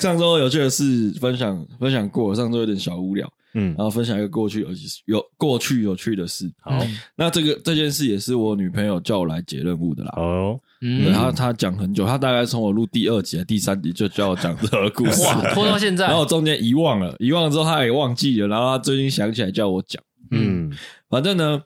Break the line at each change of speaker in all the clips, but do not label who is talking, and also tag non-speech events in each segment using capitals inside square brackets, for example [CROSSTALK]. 上周有趣的事分享分享过，上周有点小无聊，
嗯
然，后分享一个过去有有过去有趣的事。
好，
那这个这件事也是我女朋友叫我来解任务的啦。
好哦，
对，
嗯，
她她讲很久，她大概从我录第二集、还是第三集就叫我讲这个故事，
哇，拖到现在
然，后我中间遗忘了，遗忘了之后她也忘记了，然后她最近想起来叫我讲。
嗯
反正呢，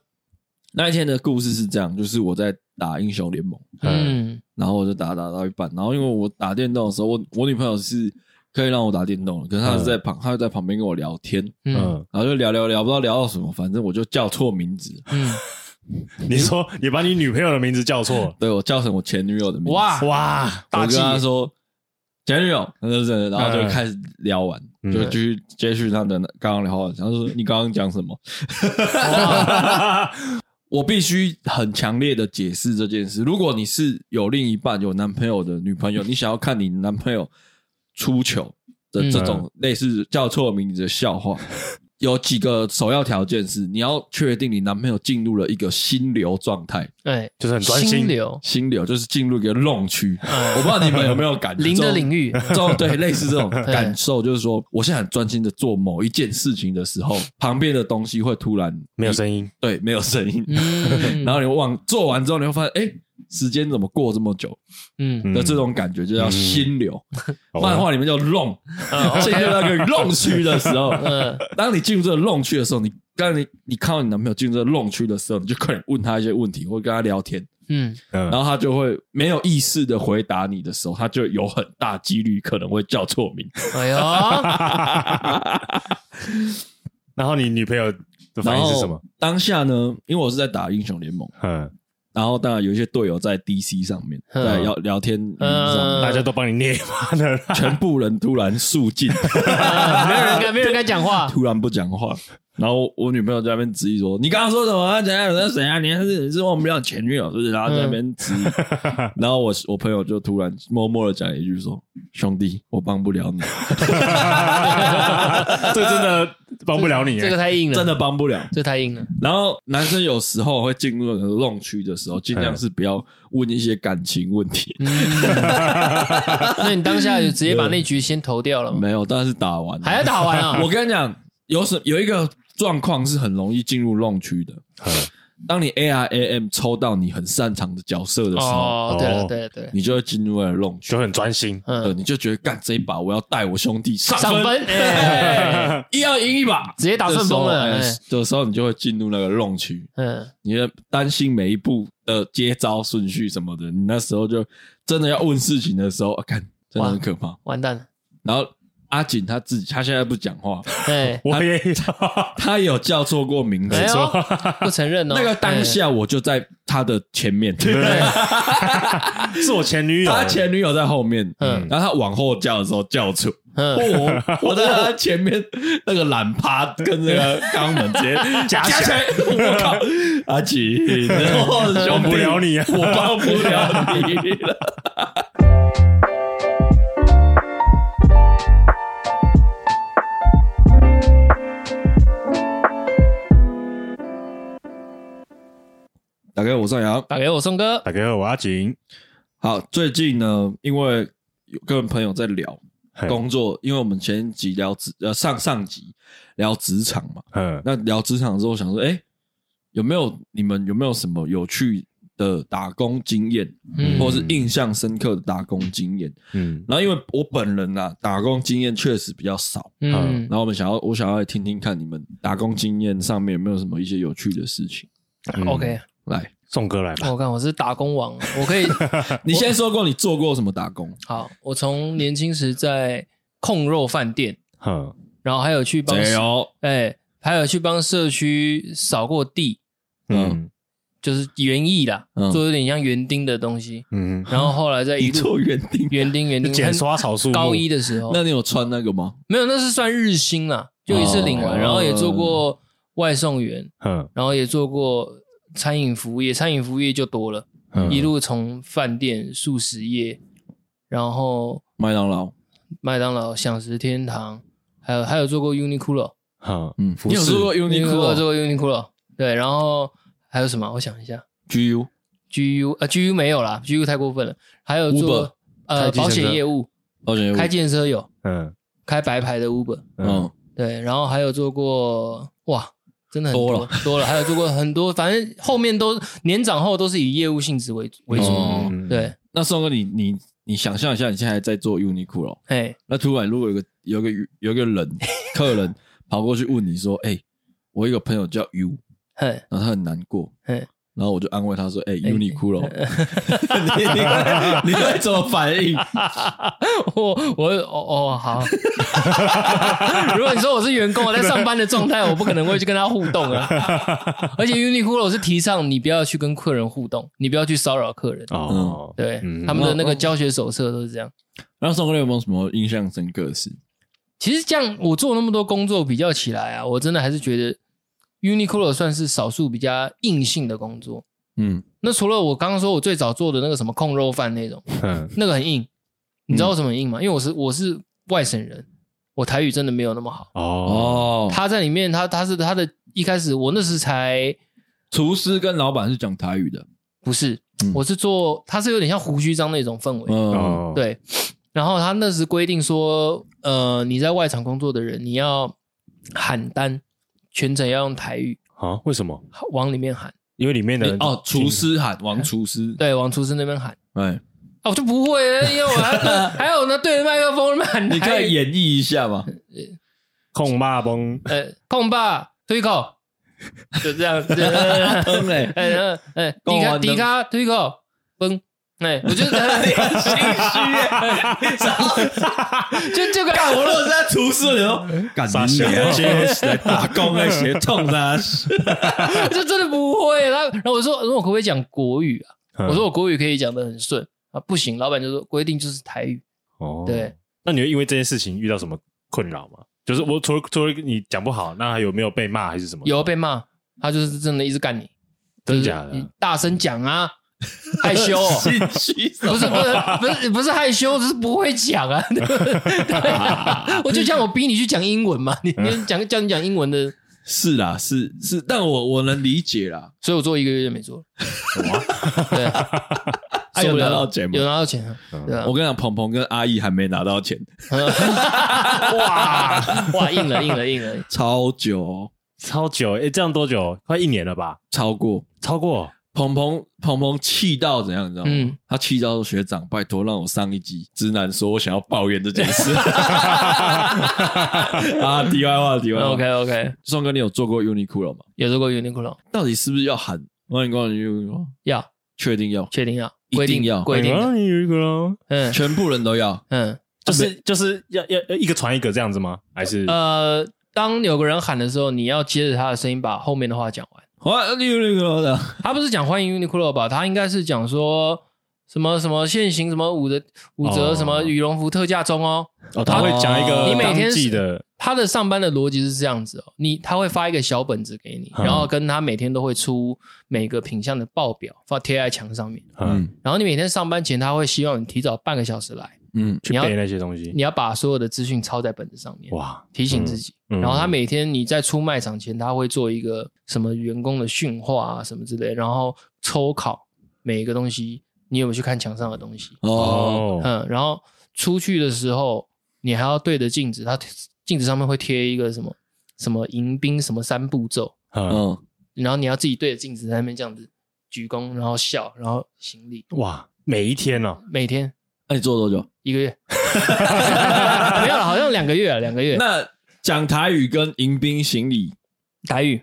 那一天的故事是这样，就是我在打英雄联盟，
嗯
然后我就打打到一半，然后因为我打电动的时候，我我女朋友是可以让我打电动的，可是她是在旁，她就在旁边跟我聊天，
嗯
嗯，
然后就聊聊聊，不知道聊到什么，反正我就叫错名字，
嗯，
你说你把你女朋友的名字叫错了，
对我叫成我前女友的名字，
哇，
哇，
我
大
跟
气，
她说前女友，对对，然后就开始聊完，
嗯
就继续接续她的刚刚聊完，然后说你刚刚讲什么？我必须很强烈的解释这件事。如果你是有另一半、有男朋友的女朋友，你想要看你男朋友出糗
嗯
的这种类似叫错名字的笑话，有几个首要条件是你要确定你男朋友进入了一个心流状态。
哎，
[LAUGHS]
就是很专心
心流，
心流就是进入一个弄区，
嗯
我不知道你们有没有感觉
[LAUGHS] 零的
这种
领域，
这种对类似这种感受，就是说，我现在很专心的做某一件事情的时候，旁边的东西会突然
没有声音，
对没有声音，[LAUGHS]
嗯，
然后你忘做完之后，你会发现，哎、时间怎么过这么久
嗯，
嗯
的这种感觉，就叫心流。
好哦
[LAUGHS] 漫画里面叫弄，
哦
进入那个弄区的时候，
[LAUGHS] 嗯
当你进入这个弄区的时候，你当你你看到你男朋友进入这个弄区的时候，你就快点问他一些问题，或跟他聊天，
嗯
嗯
然后他就会没有意识的回答你的时候，他就有很大几率可能会叫错名。
哎呦，
然后你女朋友的反
然
应
后
是什么？
当下呢，因为我是在打英雄联盟，
嗯，
然后当然有一些队友在 DC 上面，
嗯
在聊聊天语音上面，
嗯
大家都帮你捏完了啦，
全部人突然肃静，
[LAUGHS] 嗯没有人敢，没有人敢讲话，
[LAUGHS] 突然不讲话。然后我女朋友在那边质疑说：“你刚刚说什么？怎样？那谁啊？你还是你是忘不了前女友是不是？”然后在那边质
[LAUGHS]
疑。然后我我朋友就突然默默的讲了一句说：“兄弟，我帮不了
[LAUGHS]
你，
[LAUGHS] 这真的帮不了你，
这个太硬了，
真的，帮不了。”
这太硬了，
然后男生有时候会进入那个弄区的时候，尽量是不要问一些感情问题。
嗯，那你当下就直接把那局先投掉了
[LAUGHS]
吗？
没有，但是打完了
还要打完
[LAUGHS]
啊？
我跟你讲，有什有一个状况是很容易进入弄区的。
嗯
当你 A R A M 抽到你很擅长的角色的时候，
哦，对了，对了，对了，
你就会进入了弄区
就，很专 [LAUGHS] 心，
呃，
嗯，
你就觉得干这一把我要带我兄弟上
上
分，
分，哎，
一要赢一把，
直接 [LAUGHS] 打顺风了，
的时
哎
候哎有时候你就会进入那个弄区，
嗯，
你要担心每一步的接招顺序什么的，你那时候就真的要问事情的时候，啊看真的很可怕。
完蛋了，
然后阿锦他自己，他现在不讲话，
哎，
我也
他也有叫错过名字
没，有，不承认哦，
[LAUGHS] 那个当下我就在他的前面，
[LAUGHS] 是我前女友，
他前女友在后面，嗯
嗯，
然后他往后叫的时候叫错， [LAUGHS]
嗯，嗯，
我我在他前面那个懒趴跟那个肛 [LAUGHS] 门直接夹起来，我靠，阿锦，我的兄弟
帮不了你啊
我帮不了你 [LAUGHS] 了。打给我上扬，
打给我宋哥，
大哥，我阿锦，
好，最近呢，因为有跟朋友在聊
嘿
工作，因为我们前一集聊职呃上上集聊职场嘛，
嗯
那聊职场之后想说，哎、有没有你们有没有什么有趣的打工经验，
嗯
或是印象深刻的打工经验？
嗯
然后因为我本人啊，打工经验确实比较少，
嗯
然，后我们想要我想要来听听看你们打工经验上面有没有什么一些有趣的事情。
嗯
OK，
来，
宋哥来吧，
我看我是打工王，我可以
你先说过你做过什么打工？
好，我从年轻时在控肉饭店，
嗯
然后还有去帮
没有，
哎，还有去帮社区扫过地，
嗯
就是园艺啦，
嗯
做有点像园丁的东西。
嗯，
然后后来在一
[LAUGHS] 你
路
做园丁，
园丁园丁
剪
很
刷草树木
高一的时候，
那你有穿那个吗？
没有，那是算日薪啦，就一次领完，
哦
然后也做过外送员，
嗯
然后也做过餐饮服务业，餐饮服务业就多了，
嗯
一路从饭店、素食业，然后
麦当劳，
麦当劳、享食天堂，还有还有做过 Uniqlo，
嗯
嗯，
服
你有
饰
做过
Uniqlo 做
Uniqlo、
过 Uniqlo，对，然后还有什么？我想一下
GU、
，GU 啊，GU 没有啦，GU 太过分了，还有
Uber，
做
开
呃
计程
保
车
险业务，
保险业务
开健车有，
嗯
开白牌的 Uber，
嗯
嗯，
对，然后还有做过哇，真的很
多
多
了
多了，还有做过很多，反正后面都年长后都是以业务性质为为主，
哦
嗯
对，
那宋哥你，你你想象一下，你现在还在做 Uniqlo，哦
哎，
那突然如果有个有个有个人客
[LAUGHS]
人跑过去问你说：“哎、我有一个朋友叫 U，
嘿，
然后他很难过。”
嘿，哎
然后我就安慰他说：“哎、Uniqlo，你
[LAUGHS]
你你会怎么反应？
我我哦哦好， [LAUGHS] 如果你说我是员工，我在上班的状
[LAUGHS]
态，我不可能会去跟他互动啊。而且 Uniqlo 是提倡你不要去跟客人互动，你不要去骚扰客人。
哦，
对，
嗯
他们的那个教学手册都是这样。
那宋哥你有没有什么印象深刻的事？
其实这样，我做那么多工作比较起来啊，我真的还是觉得 Uniqlo 算是少数比较硬性的工作。
嗯，
那除了我刚刚说我最早做的那个什么控肉饭那种，
嗯
那个很硬，你知道为什么很硬吗？因为我是我是外省人，我台语真的没有那么好。
哦，
哦，
他在里面，他他是他的一开始，我那时才
厨师跟老板是讲台语的，
不是
嗯，
我是做他是有点像胡须章那种氛围，
嗯
哦，
对，然后他那时规定说，呃，你在外场工作的人，你要喊单，全程要用台语
啊，为什么？
往里面喊，
因为里面的人
哦，厨师喊王厨师，
对，往厨师那边喊。
哎，
啊，我就不会，因为我还
[LAUGHS]
还有呢，对着麦克风那边喊
你可
台
以
语。
演绎一下
[LAUGHS]
嘛？
控骂崩，
呃，空吧，推口，就这
[LAUGHS]
样，就这样
哎，
哎哎哎，
讲
迪
完了
卡迪卡推口崩，哎，我觉得
[LAUGHS]
你很心虚， [LAUGHS] 就这个
干，我如果是在厨师，你说干
傻
你
笑
娘 [LAUGHS] 些打工那些痛的，啊
就真的不会。然后，然后我说，那我可不可以讲国语啊？
嗯
我说我国语可以讲的很顺啊，不行，老板就说规定就是台语。
哦
对，
那你会因为这件事情遇到什么困扰吗？就是我除了除了你讲不好，那还有没有被骂还是什么？
有被骂，他就是真的一直干你，
哦真
就是
假的啊
你大声讲啊，
[LAUGHS]
害羞、哦。
心虚什
不
么
是不是不是不是害羞，只是不会
[LAUGHS]
讲啊！对啊我就像我逼你去讲英文嘛，你你讲叫你讲英文的，
[LAUGHS] 是啦，是是，但我我能理解啦。
所以我做一个月就没做 [LAUGHS] 了。对，
[LAUGHS] 啊
受
有
不了
拿到
了
钱吗嗯
有拿到钱啊，对啊
我，跟你讲，鹏鹏跟阿义还没拿到钱，哦
[LAUGHS] 哇哇硬了硬了硬了，
超久哦，
超久，哎，这样多久？快一年了吧？
超过
超过
鹏鹏，鹏鹏气到怎样，你知道吗？
嗯
他气到说：“学长，拜托让我上一集。”直男说：“我想要抱怨这件
[LAUGHS]
事。”啊，题外话，题外话。
OK OK，
宋哥，你有做过 Uniqlo 吗？
有做过 Uniqlo，
到底是不是要喊欢迎光临 Uniqlo？
要
确定要，
确定要
一定
规定
要
规定的，
哎有一个咯
嗯
全部人都要。
嗯
就是就是要要要一个传一个这样子吗？还是
呃，当有个人喊的时候，你要接着他的声音把后面的话讲完。
欢迎 Uniqlo 的，
他不是讲欢迎 Uniqlo 吧？他应该是讲说什么什么现行什么五折五折
哦
什么羽绒服特价中哦。
哦，他会讲一
哦
个
你每天
当
是
季的
他的上班的逻辑是这样子哦，你他会发一个小本子给你，
嗯
然后跟他每天都会出每个品项的报表，放贴在墙上面。
嗯
嗯
然后你每天上班前，他会希望你提早半个小时来，
嗯，
去
你要
背那些东西
你。要把所有的资讯抄在本子上面，
哇，
提醒自己。
嗯嗯
然后他每天你在出卖场前，他会做一个什么员工的训话啊什么之类，然后抽考每一个东西，你有没有去看墙上的东西？
哦，
嗯，然后出去的时候，你还要对着镜子，它镜子上面会贴一个什么什么迎宾什么三步骤，
嗯，
嗯，
然后你要自己对着镜子在那边这样子鞠躬，然后笑，然后行礼，
哇，每一天哦，
每天
哎那你做多久？
一个月， [LAUGHS] 没有了，好像两个月啊，两个月。
那讲台语跟迎宾行 [LAUGHS] 礼，
台语，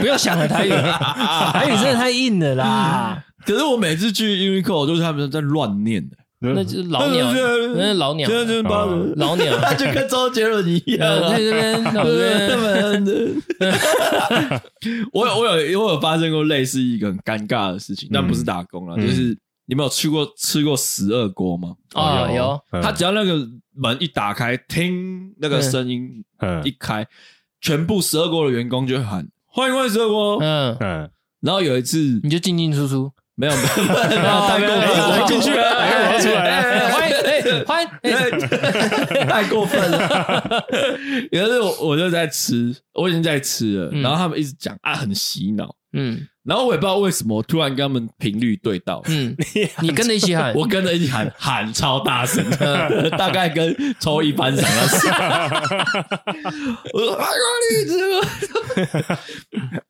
不用想了， [LAUGHS] 台语，台语真的太硬了 [LAUGHS] 啦，
可是我每次去 Uniqlo 就是他们在乱念的，
那
嗯
就是老鸟，那是老鸟，
真的把我
哦
[LAUGHS]
老鸟。
就跟周杰伦一样
呃，
啊
在。这边， [LAUGHS] 在这边，
我有我有我有发生过类似一个很尴尬的事情，但不是打工了，
嗯
就是你们有去过吃过十二锅吗？
哦，有，
啊他只要那个门一打开，听那个声音
嗯
一开，全部十二锅的员工就喊欢迎欢迎十二锅。
嗯，
嗯，
然后有一次
你就进进出出，
没有没有
[LAUGHS]
没有太过分了，
我进去了哎我要出来
哎欢迎，哎欢迎，哎
太过分了。原来是我我就在吃，我已经在吃了，
嗯
然后他们一直讲啊，很洗脑。
嗯
然后我也不知道为什么，突然跟他们频率对到，
[LAUGHS]
嗯，你跟着一起喊，
我跟着一起喊喊超大 [LAUGHS] 声，呃大概跟抽一般响要死。 [LAUGHS] 我说哎呀，你这个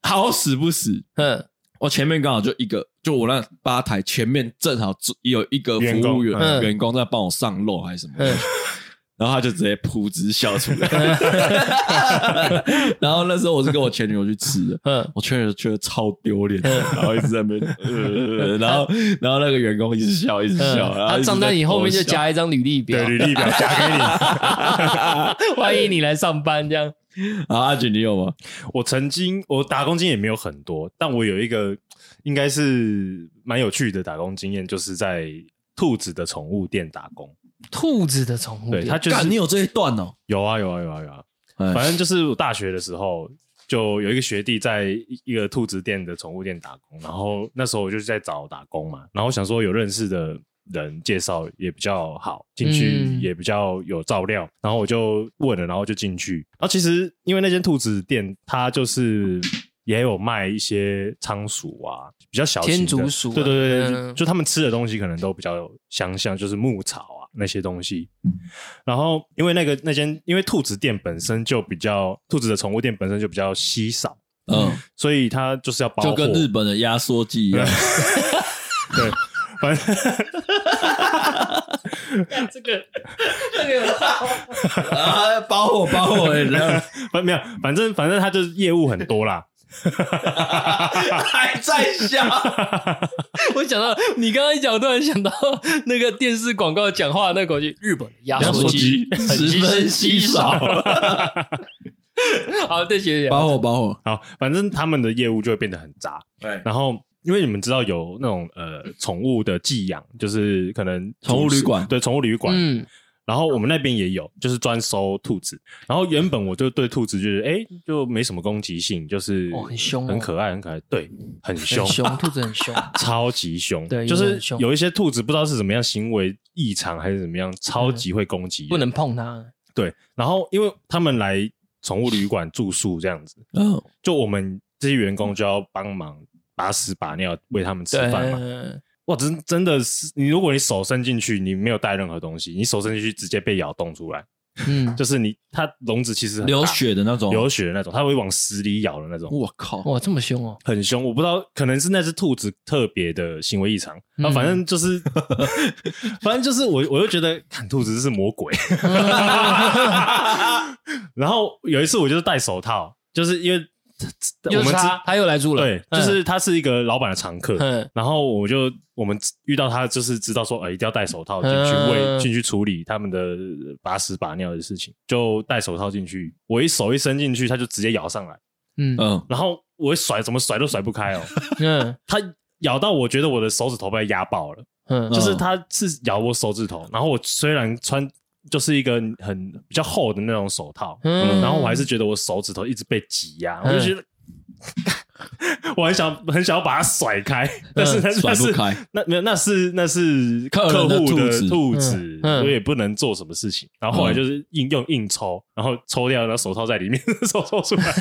好死不死，
嗯
我前面刚好就一个，就我那吧台前面正好有一个
员
服
工
务员
嗯
员工在帮我上肉还是什么的，
嗯
然后他就直接噗嗤笑出 [LAUGHS] 来。然后那时候我是跟我前女友去吃的，
嗯，
我确实觉得超丢脸，然后一直在那边，呃然后然后那个员工一直笑，一直笑，
嗯
然后
他
一直
账单你后面就
偷笑，
夹一张履历表
对，，履
[LAUGHS]
历表夹给你。 [LAUGHS]
[LAUGHS] 欢迎你来上班这样。
啊，阿锦你有吗？
我曾经我打工经验也没有很多，但我有一个应该是蛮有趣的打工经验，就是在兔子的宠物店打工。
兔子的宠物
对，
店，
它就
嗯干
是
有这一段哦，
有啊有啊有啊有啊，
哎
反正就是我大学的时候，就有一个学弟在一一个兔子店的宠物店打工，然后那时候我就是在找打工嘛，然后想说有认识的人介绍也比较好，进去
嗯
也比较有照料，然后我就问了，然后就进去，然后其实因为那间兔子店它就是。也有卖一些仓鼠啊，比较小型的
天竺鼠啊
对对对，
嗯
就就他们吃的东西可能都比较相像，就是牧草啊那些东西。然后因为那个那间，因为兔子店本身就比较，兔子的宠物店本身就比较稀少，
嗯，
所以它就是要包
就
货。
跟日本的压缩机一样，
对，反正
这个这个有道理
啊，包我包我，哎然 [LAUGHS] 后
[LAUGHS] 反正没有，反正反正它就是业务很多啦。
还在笑，
[LAUGHS] 我想到你刚刚一讲，我突然想到那个电视广告讲话的那口气，日本的压
压
缩
缩
机
机十分稀少。
[LAUGHS] 好，对不起，对不起
包我包我，
好，反正他们的业务就会变得很杂。
对，
然后因为你们知道有那种呃宠物的寄养，就是可能
宠物旅馆
对宠物旅馆，
嗯，
然后我们那边也有，就是专收兔子。然后原本我就对兔子就是，哎，就没什么攻击性，就是
嗯哦很凶哦
很可爱，很可爱，对，很凶
很，凶，兔子
[LAUGHS]
很凶，
超级凶。
对
就
有的
是
很凶嗯
有一些兔子不知道是怎么样行为异常还是怎么样，超级会攻击人，
不能碰它。
对。然后因为他们来宠物旅馆住宿这样子，
嗯，
哦
就我们这些员工就要帮忙把屎把尿喂他们吃
对，嗯
饭嘛。哇，真真的是你，如果你手伸进去，你没有带任何东西，你手伸进去直接被咬洞出来。
嗯，
就是你它笼子其实很
[LAUGHS]
大
流血的那
哦
种，
流血的那种，它会往死里咬的那种，
我靠，
哇，这么凶哦，
很凶。我不知道，可能是那只兔子特别的行为异常，
嗯
啊，反正
[LAUGHS]
就是，反正就是我，我就觉得看兔子是魔鬼。
[LAUGHS]
然后有一次，我就是戴手套，就是因为我
又
们
是
知
他，他又来住了，
对，就
嗯
是他是一个老板的常客，
嗯
然后我就我们遇到他，就是知道说，呃，一定要戴手套进去
嗯
喂、进去处理他们的呃把屎把尿的事情，就戴手套进去。我一手一伸进去，他就直接咬上来，
嗯
嗯，
然后我一甩怎么甩都甩不开哦，
嗯
他咬到我觉得我的手指头被压爆了，
嗯
[LAUGHS] 就是他是咬我手指头，然后我虽然穿就是一个很比较厚的那种手套，
嗯
然后我还是觉得我手指头一直被挤压，
嗯
我就觉得。 [LAUGHS] 我很想很想要把它甩开，但
嗯
是、但
[LAUGHS]
是
甩不开，
那没有，那是那是
客人的
户
兔
的
子嗯
兔
嗯
子，
嗯
我也不能做什么事情。然后后来就是硬用硬抽，然后抽掉，然后手套在里面， [LAUGHS] 手抽出来。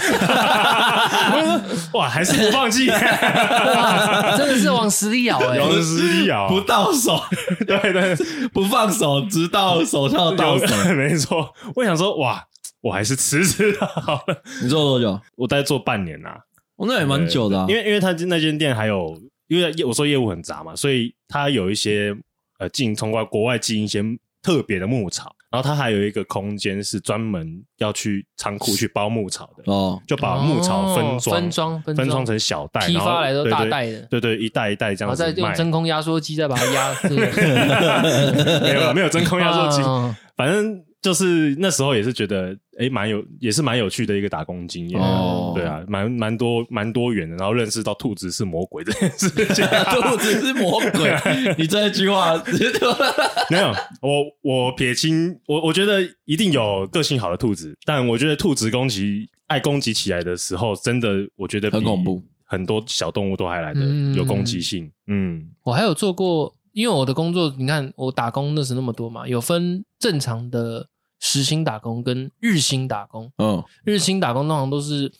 我就说哇，还是不放弃，
哇真的是往死里咬哎，
有之咬，
不到手，
啊对对，
不放手，直到手套到手。
有 [LAUGHS] 没错。我想说，哇，我还是辞职了好了。
[LAUGHS] 你做多久？
我大概做半年啊啦，
我那也蛮久的啊，
因为因为他那间店还有，因为业我说业务很杂嘛，所以他有一些呃进从国国外进一些特别的牧草，然后他还有一个空间是专门要去仓库去包牧草的，
哦，
就把牧草分装、
哦分装分
分
装
装成小袋，
批
然后
发来都
对
大
对
袋的
对对，一袋一袋这样
然后
子
再用
卖。
真空压缩机再把它压，对不对
[LAUGHS] 没有啦没有真空压缩机，
啊
反正就是那时候也是觉得，哎、蛮有，也是蛮有趣的一个打工经验。
哦
对啊，蛮蛮多蛮多元的，然后认识到兔子是魔鬼这件事
[LAUGHS]
[LAUGHS]
情。
兔子是魔鬼， [LAUGHS] 你这一句话，
没有，我我撇清，我我觉得一定有个性好的兔子，但我觉得兔子攻击爱攻击起来的时候，真的我觉得比
很恐怖，
很多小动物都还来的
嗯
有攻击性。嗯，
我还有做过，因为我的工作，你看我打工那时那么多嘛，有分正常的时薪打工跟日薪打工。
嗯
[LAUGHS] 日薪打工通常都是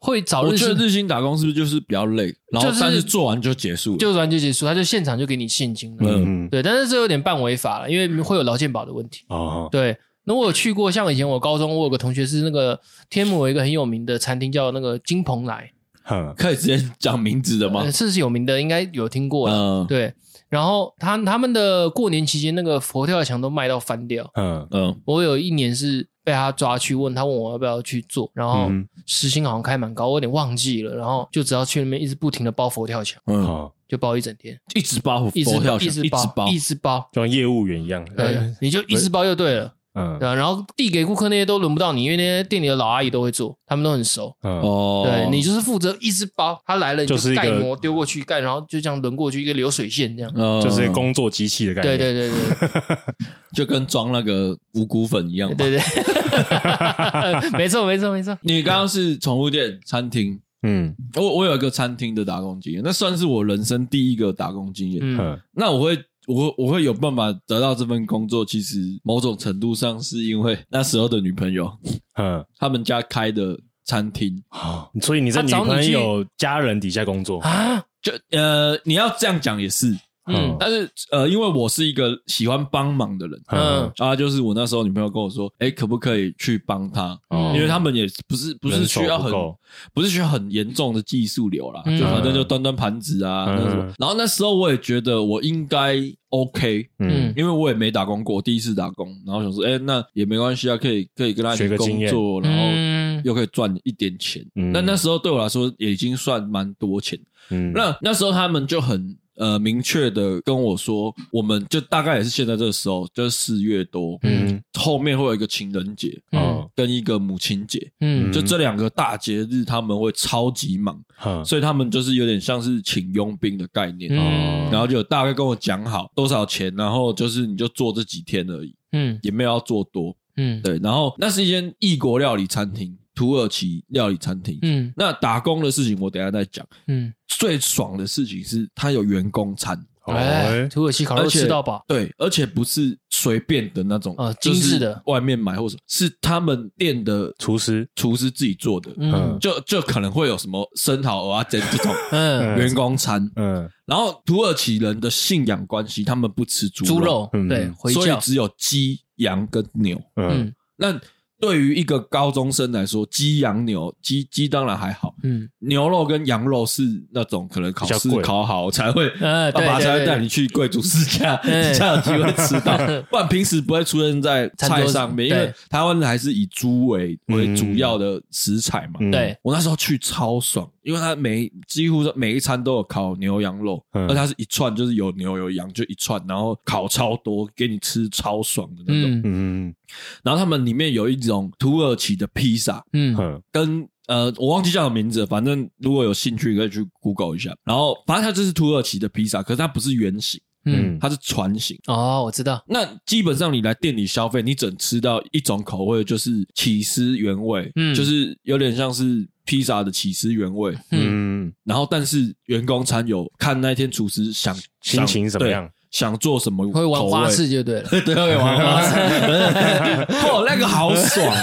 会找
我
日
觉得
式
日薪打工是不是就是比较累，然后
就是
但是做完就结束了，
就完就结束，他就现场就给你现金了。
嗯
对，但是这有点半违法了，因为会有劳健保的问题。
哦，
对，那我有去过，像以前我高中，我有个同学是那个天母有一个很有名的餐厅叫那个金鹏来，
哼
可以直接讲名字的吗
呃？这是有名的，应该有听过了。
嗯
对，然后他他们的过年期间那个佛跳墙都卖到翻掉。
嗯
嗯，
我有一年是被他抓去问他问我要不要去做，然后
嗯
时薪好像开蛮高，我有点忘记了，然后就只要去那边一直不停的包佛跳墙，
嗯，
哦，
就包一整天，
一直包
一直
佛跳墙，
一直
一直
包
包哎
一直包，
就像业务员一样，哎
对，你就一直包就对了。
嗯
对啊，然后递给顾客那些都轮不到你，因为那些店里的老阿姨都会做，他们都很熟。
嗯，
哦，
对你就是负责一直包，他来了你
就是一个
盖膜丢过去盖，然后就这样轮过去一个流水线这样。
嗯
就是工作机器的概
对
念，
对对对
就跟装那个五谷粉一样嘛。
对对， [LAUGHS] 没错没错没错。
你刚刚是宠物店、餐厅，
嗯
我我有一个餐厅的打工经验，那算是我人生第一个打工经验。
嗯
嗯
那我会。我我会有办法得到这份工作，其实某种程度上是因为那时候的女朋友，
嗯，
他们家开的餐厅，
好，所以你在女朋友家人底下工作，
啊，
就呃，你要这样讲也是，
嗯
但是呃，因为我是一个喜欢帮忙的人，
嗯
啊，就是我那时候女朋友跟我说，哎、可不可以去帮她？嗯
哦
嗯
因为他们也不是不是
人手
需要
不
很
够
不是需要很严重的技术流啦，
嗯
就反正就端端盘子啊，
嗯
那什么
嗯。
然后那时候我也觉得我应该 OK，
嗯
嗯
因为我也没打工过，我第一次打工，然后想说，哎、那也没关系啊，可以可以跟他一起
学个经
工
验
作，然后
嗯
又可以赚一点钱。
嗯
那那时候对我来说也已经算蛮多钱。
嗯，
那那时候他们就很呃明确的跟我说，我们就大概也是现在这个时候，就是四月多，
嗯
后面会有一个情人节
哦
跟一个母亲节，
嗯
嗯
就这两个大节日他们会超级忙，
哼
所以他们就是有点像是请佣兵的概念。
嗯，
然后就有大概跟我讲好多少钱，然后就是你就做这几天而已，
嗯
也没有要做多。
嗯
对，然后那是一间异国料理餐厅，土耳其料理餐厅。
嗯
那打工的事情我等一下再讲。
嗯，
最爽的事情是它有员工餐，
哎，
哦
土耳其烤肉
而且
吃到饱，
对，而且不是随便的那种
啊
就是
精致的
外面买或什么，是他们店的厨
厨师，
厨师自己做的，
嗯
就就可能会有什么生蚝蚵仔煎这
[LAUGHS]
种
嗯，
员工餐。
嗯
然后土耳其人的信仰关系，他们不吃猪
猪肉
嗯
对回
所以
教，
只有鸡、羊跟牛。
嗯
嗯
那对于一个高中生来说，鸡、羊、牛，鸡鸡当然还好，
嗯
牛肉跟羊肉是那种可能考
比较
试
贵
考好才会，
[LAUGHS] 呃
爸
对
爸
对
才会
对
带你去贵族世
[LAUGHS]
[LAUGHS] 家，
嗯，
你才有机会吃到
[LAUGHS]
不然平时不会出现在菜上面，因
餐桌
为台湾还是以猪为为
嗯
主要的食材嘛。
嗯
对，
我那时候去超爽，因为它每几乎是每一餐都有烤牛羊肉，
嗯
而且它是一串，就是有牛有羊就一串，然后烤超多，给你吃超爽的那种。
嗯
嗯
然后他们里面有一种土耳其的披萨，
嗯
嗯
跟呃，我忘记叫什么名字了，反正如果有兴趣可以去 Google 一下。然后，反正它就是土耳其的披萨，可是它不是圆形，
嗯，
它是船形。
哦，我知道，
那基本上你来店里消费，你只能吃到一种口味，就是起司原味，
嗯
就是有点像是披萨的起司原味。
嗯
然后，但是员工餐有看那天厨师想
心情怎么，样
想对想做什么口味，
会玩花式就对了。
[LAUGHS] 对，会玩花
[LAUGHS]
式。哦，那个好爽，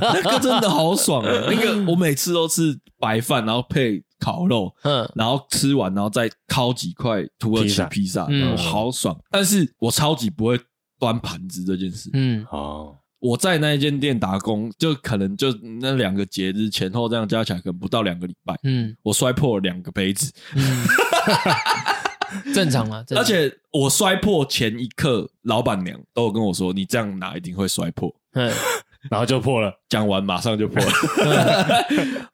[LAUGHS] 那个真的好爽啊！那个我每次都吃白饭，然后配烤肉，
嗯
然后吃完然后再烤几块土耳
披
其
萨
披萨，
嗯
我好爽。但是我超级不会端盘子这件事。
嗯
哦，
我在那一间店打工，就可能就那两个节日前后这样加起来，可能不到两个礼拜，
嗯
我摔破了两个杯子，
嗯， [LAUGHS] 正常啊，正常
而且我摔破前一刻，老板娘都有跟我说，你这样拿一定会摔破。
嗯
然后就破了，
讲完马上就破
[LAUGHS]
了，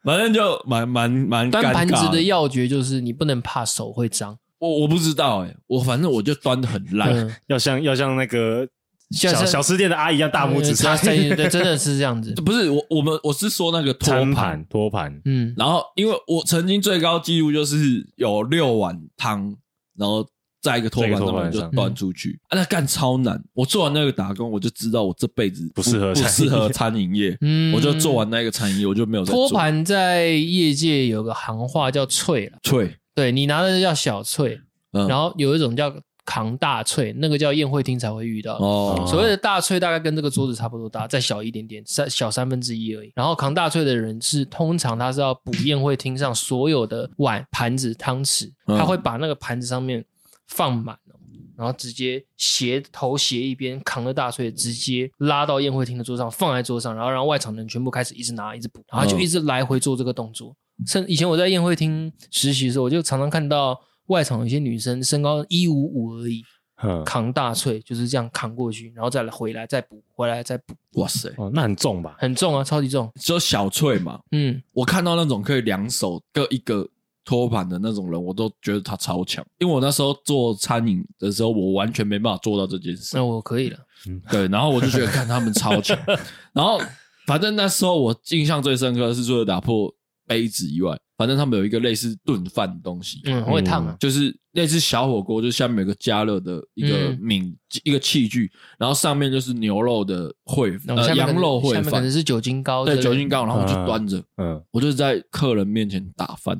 反正就蛮蛮蛮尴
端
尬
盘子的要诀就是你不能怕手会脏，
我我不知道哎、我反正我就端的很烂，
嗯，
要像要像那个
像
小
像
小吃店的阿姨一样大拇指
呃插
插
在对，真的是这
[LAUGHS]
样子。
不是我我们我是说那个托
餐
盘
盘， [LAUGHS] 托盘，
嗯
然后因为我曾经最高纪录就是有六碗汤，然后在一个托盘上面就端出去，啊、那干超难。我做完那个打工，我就知道我这辈子
不适合
不
餐饮
适合餐饮业，
嗯
我就做完那个餐饮业，我就没有再做
托盘在业界有个行话叫脆了，
脆，
对你拿的叫小脆，
嗯，
然后有一种叫扛大翠，那个叫宴会厅才会遇到。
哦，
所谓的大翠大概跟这个桌子差不多大，再小一点点，三小三分之一而已。然后扛大翠的人是通常他是要补宴会厅上所有的碗、盘子、汤匙，
嗯
他会把那个盘子上面放满哦，然后直接斜头斜一边扛着大翠，直接拉到宴会厅的桌上，放在桌上，然后让外场的人全部开始一直拿一直
嗯
补，然后就一直来回做这个动作。甚以前我在宴会厅实习的时候，我就常常看到外场有些女生身高一五五而已，
嗯，
扛大锤就是这样扛过去，然后再来回来再补，回来再补，
哇塞，
哦，那很重吧？
很重啊，超级重。
只有小翠嘛，
嗯，
我看到那种可以两手各一个托盘的那种人，我都觉得他超强。因为我那时候做餐饮的时候，我完全没办法做到这件事。
那我可以了。
对，然后我就觉得看他们超强。然后反正那时候我印象最深刻的是除了打破杯子以外，反正他们有一个类似炖饭的东西，
嗯，我会烫啊。
就是类似小火锅，就下面有个加热的一个
嗯
皿、一个器具，然后上面就是牛肉的烩、
那我
呃
下面可
羊
能
肉
下
烩
面可能
饭，
是酒精膏之类
对
的，
酒精膏，然后我就
嗯
端着。
嗯，
我就是在客人面前打翻，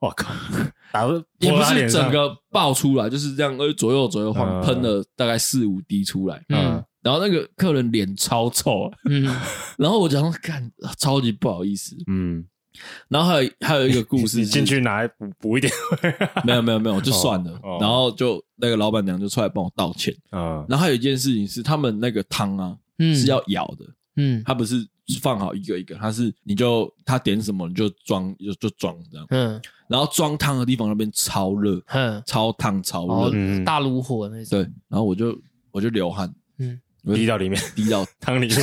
我靠， [LAUGHS] 打到
也
泼
不
他
是
脸上
整个爆出来，就是这样，呃，左右左右晃，
嗯
喷了大概四五滴出来，
嗯
然后那个客人脸超臭，啊
嗯，
然后我讲说干，啊超级不好意思。
嗯，
然后还有还有一个故
你
事
你
是
进去拿补补一 [LAUGHS] 点，
没有没有没有就算了，
哦哦
然后就那个老板娘就出来帮我道歉。
嗯
然后还有一件事情是，他们那个汤啊
嗯
[LAUGHS] 是要舀的，
嗯
它不是放好一个一个，它是你就他点什么你就装就就装这样，
嗯
然后装汤的地方那边超热，
嗯，
超烫超
哦
热，
嗯，
大炉火那种。
对，然后我就我就流汗，
嗯，
我
滴
就
到里面， [LAUGHS]
滴到
汤里面，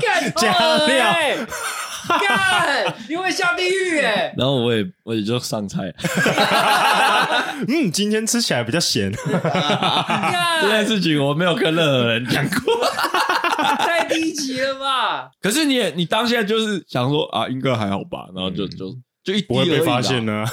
干
加料
哎干，你会下地
[LAUGHS]
狱哎！
然后我也我也就上
[LAUGHS]
菜，
嗯，今天吃起来比较咸，
这件
干，
事情我没有跟任何人讲过。 [LAUGHS]
太低级了吧？
可是你也你当下就是想说啊，应该还好吧，然后就
嗯
就就一滴
不会
而已
被
啦
发现啊呢。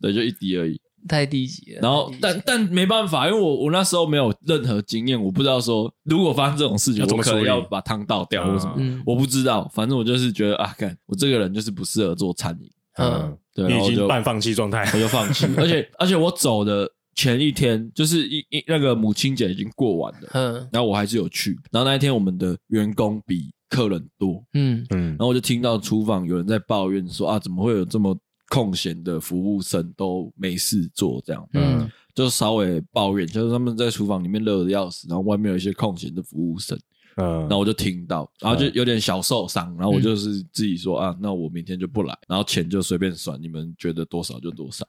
对，就一滴而已。
[LAUGHS] 太低级了。
然后
太低级
但但没办法，因为我我那时候没有任何经验，我不知道说如果发生这种事情，
要怎
我
么
可能
处理
要把汤倒掉或什么，
嗯
我不知道。反正我就是觉得啊，看我这个人就是不适合做餐饮，
嗯
嗯，
对，啊
你
然
已
后我
经
就
半放弃状态，
我就放弃。而且而且我走的前一天，就是一一那个母亲节已经过完了，
嗯
然后我还是有去。然后那一天我们的员工比客人多，
嗯
[LAUGHS] 嗯
然，后我就听到厨房有人在抱怨说啊，怎么会有这么空闲的服务生都没事做这样？
嗯
就稍微抱怨，就是他们在厨房里面热的要死，然后外面有一些空闲的服务生，
嗯
然后我就听到，然后就有点小受伤，然后我就是自己说啊，那我明天就不来，然后钱就随便算，你们觉得多少就多少，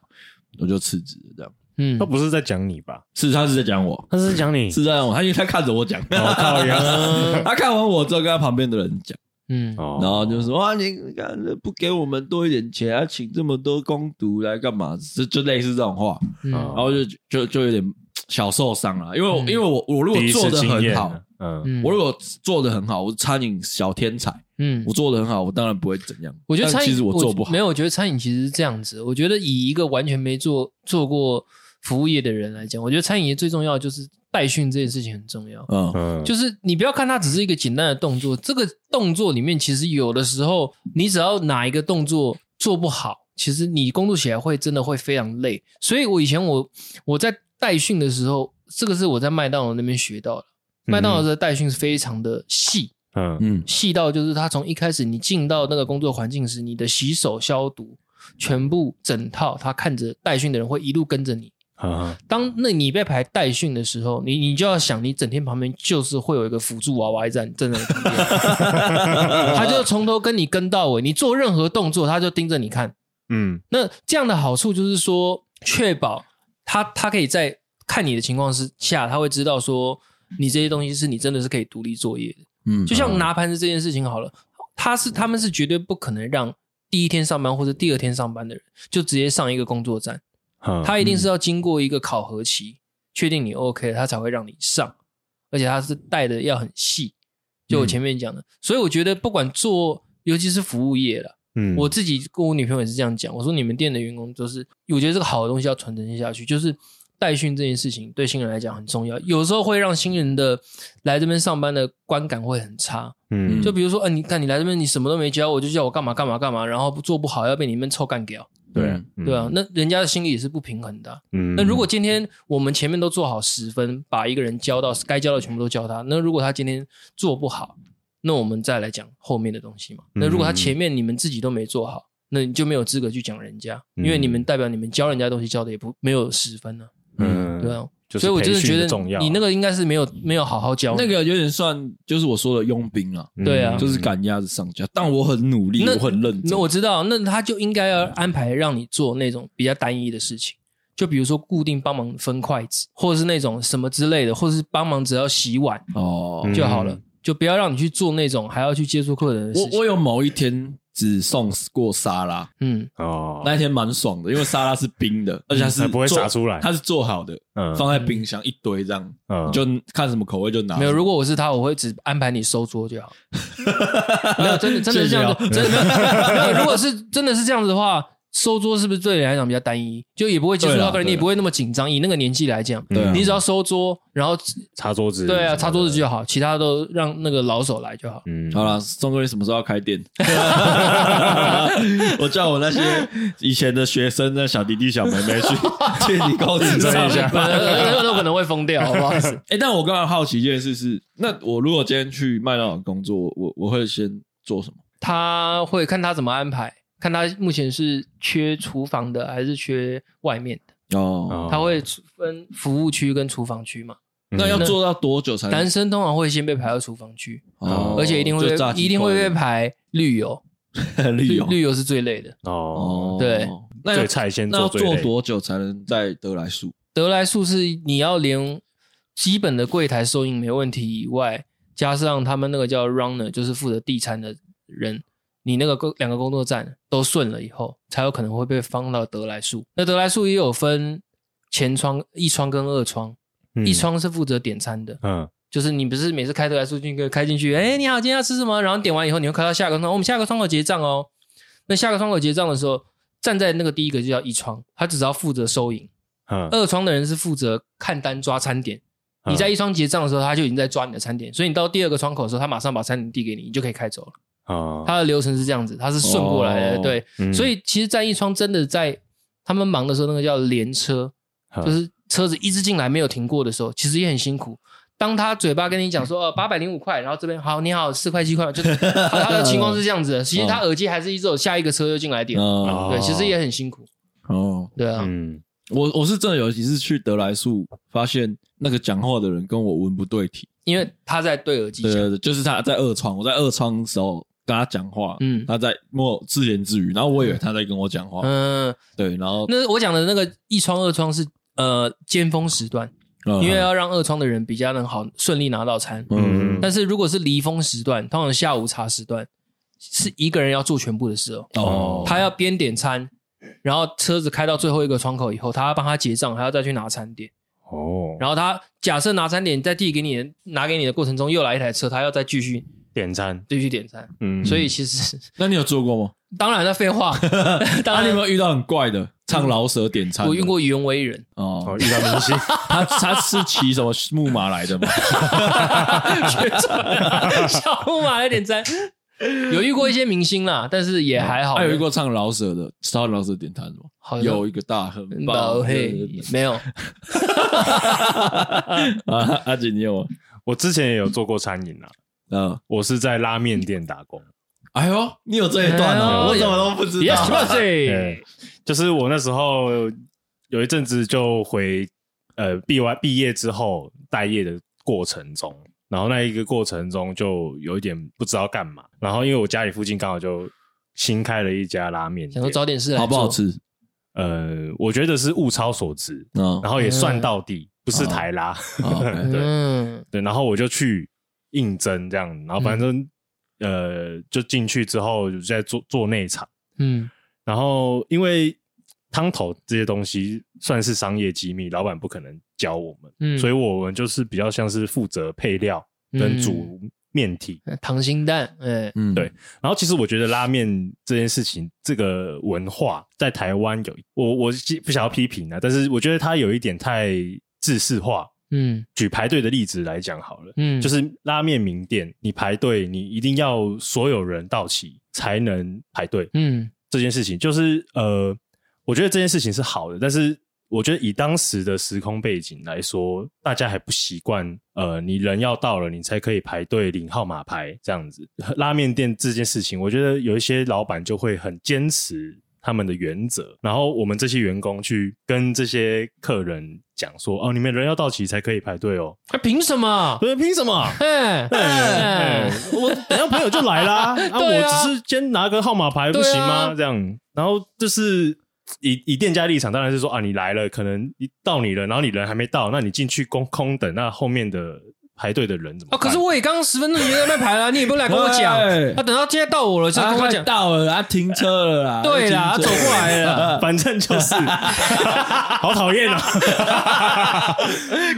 我就辞职了这样。
嗯
他，不是在讲你吧？
是他是在讲我，
他 [LAUGHS] 是讲你
是在讲我，他因为他看着我讲，
我哦靠
[LAUGHS]
呀！
[LAUGHS] 他看完我之后跟他旁边的人讲。
嗯
哦
然后就说啊，你看不给我们多一点钱，啊，请这么多工读来干嘛？就就类似这种话，
嗯
然后就就就有点小受伤了，因为我、因
嗯
为我我如果
第一
做
次
的
经
很
验
好
啊，，嗯
嗯，
我如果做的很好，我是餐饮小天才，
嗯
我做的很好，我当然不会怎样。
我觉得
但
餐饮
其实我做不好，
没有，我觉得餐饮其实是这样子。我觉得以一个完全没做做过服务业的人来讲，我觉得餐饮业最重要的就是代训这件事情很重要。
嗯
嗯，
就是你不要看它只是一个简单的动作，这个动作里面其实有的时候你只要哪一个动作做不好，其实你工作起来会真的会非常累。所以我以前我我在代训的时候，这个是我在麦当劳那边学到的。麦当劳的代训是非常的细，
嗯
嗯
细到就是他从一开始你进到那个工作环境时，你的洗手消毒全部整套，他看着代训的人会一路跟着你。
啊，
当那你被排代训的时候，你你就要想，你整天旁边就是会有一个辅助娃娃站站在你旁边， [LAUGHS] 他就从头跟你跟到尾，你做任何动作，他就盯着你看。
嗯
那这样的好处就是说，确保他他可以在看你的情况之下，他会知道说你这些东西是你真的是可以独立作业的。
嗯，
就像拿盘子这件事情好了，他是他们是绝对不可能让第一天上班或者第二天上班的人就直接上一个工作站，
嗯，
他一定是要经过一个考核期，确定你 OK，他才会让你上，而且他是带的要很细，
嗯
就我前面讲的，所以我觉得不管做，尤其是服务业了。
嗯
我自己跟我女朋友也是这样讲，我说你们店的员工都是，我觉得这个好的东西要传承下去，就是代训这件事情对新人来讲很重要，有时候会让新人的来这边上班的观感会很差。
嗯
就比如说，呃，你看你来这边你什么都没教，我就叫我干嘛干嘛干嘛，然后做不好要被你们臭干掉，
对啊，嗯
对啊，，那人家的心里也是不平衡的啊、
嗯
那如果今天我们前面都做好十分，把一个人教到该教的全部都教他，那如果他今天做不好，那我们再来讲后面的东西嘛。那
嗯
如果他前面你们自己都没做好，那你就没有资格去讲人家，因为你们代表你们教人家的东西教的也不没有十分呢、
嗯
对啊。
就是
所以我真的
培训
觉
的
得
重要啊嗯
你那个应该是没有没有好好教
那个有点算就是我说的佣兵啊，
嗯
对啊
就是赶鸭子上架，但我很努力，
那
我很认
那
真。
我知道，那他就应该
嗯
要安排让你做那种比较单一的事情，就比如说固定帮忙分筷子，或者是那种什么之类的，或者是帮忙只要洗碗
哦，
嗯
就好了，就不要让你去做那种还要去接触客人的事
我
情。
我有某一天只送过沙拉，
嗯，
哦，
那一天蛮爽的，因为沙拉是冰的，而且它是
还不会
做
洒出来
它是做好的，
嗯
放在冰箱一堆这样，
嗯
你就看什么口味就拿。
没有，如果我是他，我会只安排你收桌就好。
[LAUGHS]
没有，真的真的是这样子，
谢啊
真的没有。没有如果是真的是这样子的话，收桌是不是对你来讲比较单一？就也不会接触
对啦
到客人，
对啦
你也不会那么紧张。以那个年纪来讲，
对啊
你只要收桌，然后
擦桌子，
对啊，擦桌子，就好，其他都让那个老手来就好。
嗯，
好了，钟哥，你什么时候要开店？我叫我那些以前的学生、那小弟弟、小妹妹去去你公司
[LAUGHS]
上班。
那都可能会疯掉，
[LAUGHS]
好不好意思？
哎、但我刚刚好奇一件事是，那我如果今天去麦当劳工作，我我会先做什么？
他会看他怎么安排，看他目前是缺厨房的还是缺外面的，
哦，
哦
他会分服务区跟厨房区嘛。
嗯
那要做到多久才
男
能？
生通常会先被排到厨房区，
哦
而且一定会
就炸鸡
一定会被
块
排绿油，
的绿油
绿油是最累的。
哦
哦，
对，
那
最
要
菜先
那要
做最
做
累
多久才能在得来速？
得来速是你要连基本的柜台收银没问题以外，加上他们那个叫 runner，就是负责递餐的人，你那个工两个工作站都顺了以后，才有可能会被放到得来速。那得来速也有分前窗、一窗跟二窗，
嗯
一窗是负责点餐的。
嗯
就是你不是每次开得来速进去开进去，哎，你好，今天要吃什么？然后点完以后，你会开到下个窗口，哦我们下个窗口结账哦。那下个窗口结账的时候，站在那个第一个就叫一窗，他只要负责收银，
嗯，
二窗的人是负责看单抓餐点。
嗯
你在一窗结账的时候，他就已经在抓你的餐点，所以你到第二个窗口的时候，他马上把餐点递给你，你就可以开走了。
啊，
他的流程是这样子，他是顺过来的，
哦
对。
嗯
所以其实站一窗真的在他们忙的时候，那个叫连车，
嗯
就是车子一直进来没有停过的时候，其实也很辛苦。当他嘴巴跟你
[LAUGHS]
讲说呃八百零五块，然后这边好你好四块七块，就是他他的情况是这样子
哦
的。其实他耳机还是一直有下一个车又进来点，
哦
对，其实也很辛苦，
哦，
对啊，
嗯
我我是真的有几次去德来树，发现那个讲话的人跟我文不对题。
因为他在对耳机
对
响，
对对，就是他在二窗，我在二窗的时候跟他讲话，
嗯
他在默自言自语，然后我以为他在跟我讲话，
嗯，
对，然后
那我讲的那个一窗二窗是呃尖峰时段，因为
嗯
要让二窗的人比较能好顺利拿到餐。
嗯
但是如果是离峰时段，通常下午茶时段是一个人要做全部的事哦，
哦，
他要边点餐，然后车子开到最后一个窗口以后，他要帮他结账，还要再去拿餐点。
哦，
然后他假设拿餐点再递给你的拿给你的过程中，又来一台车，他要再继续
点餐，
继续点餐。
嗯，
所以其实 [LAUGHS]
那你有做过吗？
当然了，废话， [LAUGHS] 当
那啊你
然
有没有遇到很怪的唱老舍点餐的？
嗯我用过袁惟仁，
哦
哦，，遇到明
[LAUGHS]
星，
他他是骑什么木马来的吗？
学错了，小木马有点沾。有遇过一些明星啦，但是也 [LAUGHS] 还好。
啊他有遇过唱老舍的，知道老舍点餐的吗？
好像
有一个大亨
老
堡
黑
对对对
没有？ [LAUGHS]
啊， [LAUGHS] 阿锦你有吗？
我之前也有做过餐饮啊，
嗯，
我是在拉面店打工，
哎呦，你有这一段哦，
哎呦
我怎么都不知道。
[LAUGHS]
对，就是我那时候有一阵子就回呃毕完毕业之后待业的过程中，然后那一个过程中就有一点不知道干嘛，然后因为我家里附近刚好就新开了一家拉面
想
店
说，找点事来
好不好
做？
吃？
呃，我觉得是物超所值，
[LAUGHS]
嗯
然后也算到底，不是台拉，
哦 OK
对
嗯，
[LAUGHS] 对，然后我就去应征这样，然后反正、呃就进去之后就在做做内场。
嗯
然后因为汤头这些东西算是商业机密，老板不可能教我们，
嗯
所以我们就是比较像是负责配料跟煮面体。
溏嗯心蛋，哎，
嗯，
对然后其实我觉得拉面这件事情，这个文化在台湾有，我我不想要批评啊，但是我觉得它有一点太制式化。
嗯
举排队的例子来讲好了，
嗯，
就是拉面名店，你排队，你一定要所有人到齐才能排队。
嗯
这件事情，就是呃，我觉得这件事情是好的，但是我觉得以当时的时空背景来说，大家还不习惯，呃，你人要到了，你才可以排队领号码牌这样子。拉面店这件事情，我觉得有一些老板就会很坚持他们的原则，然后我们这些员工去跟这些客人讲说，哦，你们人要到齐才可以排队哦，
啊凭什么？
对，凭什么？
哎
哎，哎
哎，
我等一下朋友就来
[LAUGHS]
啦，啊，
对
我
啊
只是先拿个号码牌不行
对
吗？
啊
这样，然后就是以以店家立场，当然是说啊，你来了，可能你到你了，然后你人还没到，那你进去空空等，那后面的排队的人怎么
啊！
办？
可是我也刚十分钟前在那排了，你也不来跟我讲。
对
啊，等到现在到我了，再
啊
跟我
快
讲。
到了，他停车了啦，
[LAUGHS] 对啦啊
他停车
他走过来
[LAUGHS]
了
反正
[LAUGHS]
就是，好讨厌啊！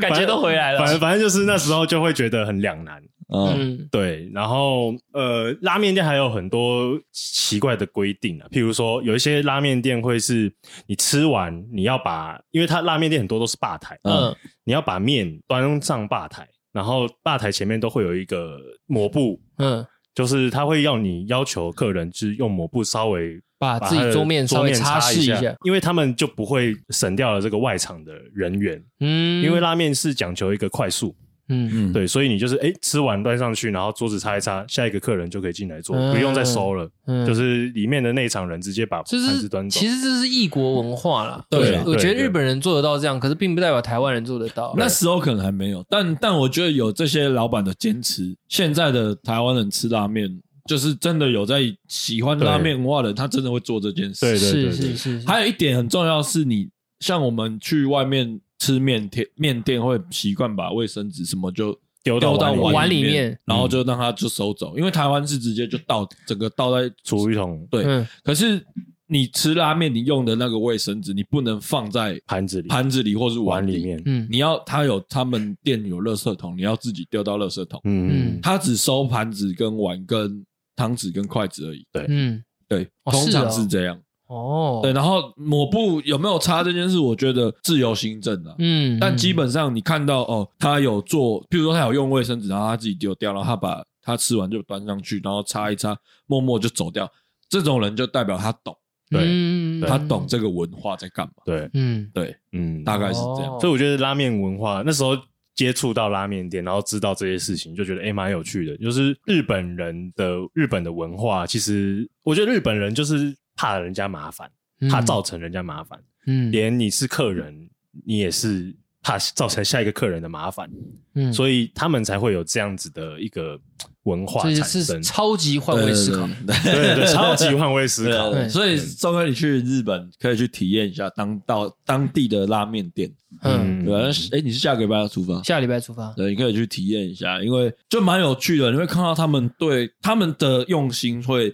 感觉都回来了
反正反正就是那时候就会觉得很两难。
嗯，
嗯，
对，然后呃，拉面店还有很多奇怪的规定啊，譬如说有一些拉面店会是你吃完你要把，因为它拉面店很多都是吧台，
嗯
嗯，
你要把面端上吧台，然后吧台前面都会有一个抹布，
嗯，
就是他会要你要求客人就是用抹布稍微
把自己
它的
桌面稍微
擦
擦拭一
下
下，
因为他们就不会省掉了这个外场的人员，
嗯，
因为拉面是讲求一个快速，
嗯
嗯，
对，所以你就是哎、诶吃完端上去，然后桌子擦一擦，下一个客人就可以进来坐，
嗯
不用再收了。
嗯，
就是里面的内场人直接把
就
盘
是
子端走。
其实这是异国文化啦。
对啊
我我
对
觉得
对
日本人做得到这样，可是并不代表台湾人做得到。
那时候可能还没有，但但我觉得有这些老板的坚持，现在的台湾人吃拉面，就是真的有在喜欢拉面文化的人，他真的会做这件事。
对对对
是
对
是是，是
还有一点很重要是你，像我们去外面吃面店，面店会习惯把卫生纸什么就
丢到
丢到
碗里面
碗
碗里
面
面，
然后就让它就收走，因为台湾是直接就倒整个倒在
厨余桶
对，
嗯
可是你吃拉面，你用的那个卫生纸，你不能放在
盘子里
盘子里或是
碗
碗
里。面，
嗯
你要他有他们店有垃圾桶，你要自己丢到垃圾桶。
嗯
嗯
他只收盘子、跟碗、跟汤匙、跟筷子而已。
嗯，
对，
哦
通常
是哦
是这样。
哦，
对，然后抹布有没有擦这件事，我觉得自由行政啊的、
嗯，嗯，
但基本上你看到哦，他有做，比如说他有用卫生纸，然后他自己丢掉，然后他把他吃完就端上去，然后擦一擦，默默就走掉。这种人就代表他懂，
对
嗯
他懂，这个文化在干嘛。
对，
嗯，
对，
嗯，
大概是这样。
哦
所以我觉得拉面文化那时候接触到拉面店，然后知道这些事情，就觉得诶蛮有趣的。就是日本人的日本的文化，其实我觉得日本人就是怕人家麻烦，
嗯
怕造成人家麻烦，
嗯
连你是客人，你也是怕造成下一个客人的麻烦，
嗯
所以他们才会有这样子的一个文化
这
产
是
生。
超级换位思考。
对
对对对，超级换位思考。
对，
对
所以宋哥，你去日本可以去体验一下当到当地的拉面店。
嗯，
对啊，哎，你是下个礼拜要出发？
下礼拜出发。
对，你可以去体验一下，因为就蛮有趣的。你会看到他们对他们的用心会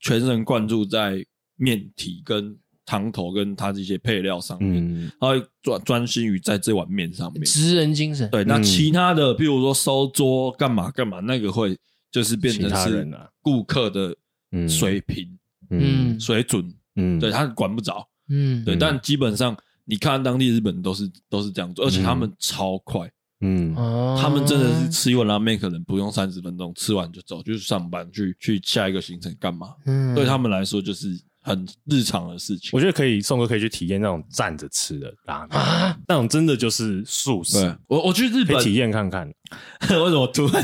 全神贯注在面体跟汤头跟它这些配料上面，
嗯，
他会专专心于在这碗面上面。
职人精神，
对，那
嗯
其他的，比如说收桌干嘛干嘛，那个会就是变
其
成
他
是
人啊
顾客的
嗯
水平、
嗯
水准，
嗯
对他管不着。
嗯，
对，
嗯
但基本上你看当地日本都是都是这样做，而且他们超快，
嗯
哦
他们真的是吃一碗拉面可能不用三十分钟，吃完就走，就去上班去去下一个行程干嘛？
嗯
对他们来说就是很日常的事情
我。觉得可以，宋哥可以去体验那种站着吃的拉面，
啊，
那种真的就是素食，
对我我去日
可
本
以，体验看看。
[LAUGHS] 为什么突
[LAUGHS]
然？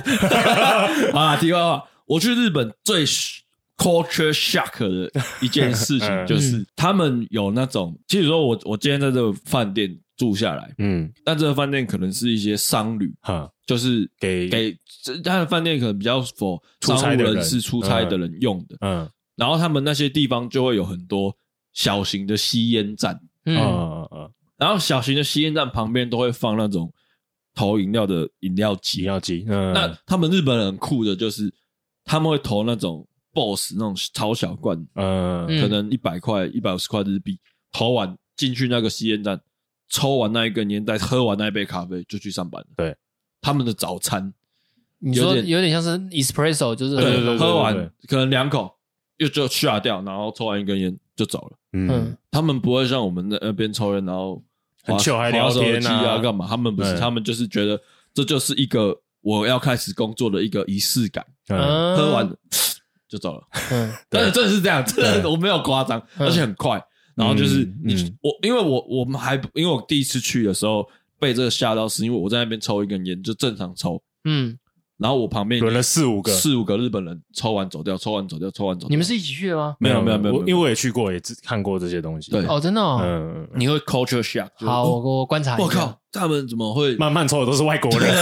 好啦，题外话，我去日本最 culture shock 的一件事情
[LAUGHS] 嗯
就是，他们有那种，譬如说我我今天在这个饭店住下来，
嗯，
但这个饭店可能是一些商旅，
哈，
就是
给
给这他的饭店可能比较否
出差的人
人士出差的人用的，
嗯
然后他们那些地方就会有很多小型的吸烟站，啊
嗯
嗯嗯，
然后小型的吸烟站旁边都会放那种投饮料的饮料
饮
机。
料机，嗯，
那他们日本人很酷的就是他们会投那种 BOSS 那种超小罐，
嗯
嗯
可能一百块、一百五十块日币，投完进去那个吸烟站，抽完那一根烟，再喝完那一杯咖啡就去上班了。
对，
他们的早餐。
你说
有点
有点像是 espresso，就是
对
对对对
喝
对
完可能两口又就下掉，然后抽完一根烟就走了。
嗯
嗯，
他们不会像我们那那边抽烟，然后
很
划
chill 还聊
划手
天
机
啊
啊，干嘛？他们不是，
对
他们就是觉得这就是一个我要开始工作的一个仪式感。
嗯
嗯
喝完就走了， [SNIFFS]
嗯
但是真的是这样，真
[LAUGHS] 对
的我没有夸张，而且很快。然后就是
嗯
你、
嗯
我，因为我我们还因为我第一次去的时候被这个吓到，是因为我在那边抽一根烟就正常抽，
嗯，
然后我旁边
轮了四五个，
四五个日本人抽完走掉，抽完走掉，抽完走掉。
你们是一起去的吗？
没有没有没有
我
没有
因为我也去过，也只看过这些东西。
对
哦，真的哦。
嗯，嗯，嗯
你会 culture shock？就是
好，
哦
我我观察一下。
我靠，他们怎么会？
慢慢抽的都是外国人，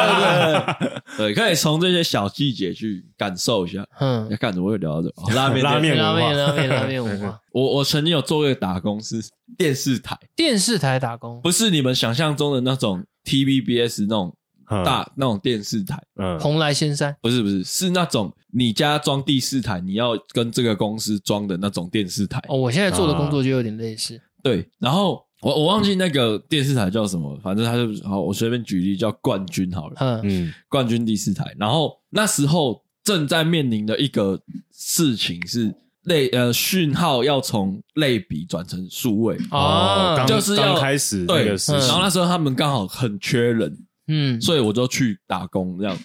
[LAUGHS] 对，可以从这些小细节去感受一下。
嗯
要，看怎么会聊到这个、哦、拉面？
拉面
拉
文
面
化
拉
[LAUGHS]
面拉面文化。
我我曾经有做过一个打工是电视台，
电视台打工，
不是你们想象中的那种 TVBS 那种
[LAUGHS] 嗯
大、那种电视台，
嗯
蓬莱仙山
不是不是，是那种你家装第四台，你要跟这个公司装的那种电视台。
哦，我现在做的工作就有点类似。
对，然后我我忘记那个电视台叫什么，反正它就好，我随便举例叫冠军好了，
嗯
嗯
冠军第四台。然后那时候正在面临的一个事情是类呃讯号要从类比转成数位，
啊
哦刚
哦就是要
刚开始那
对，嗯
个时
然
期
后那时候他们刚好很缺人，
嗯
所以我就去打工这样。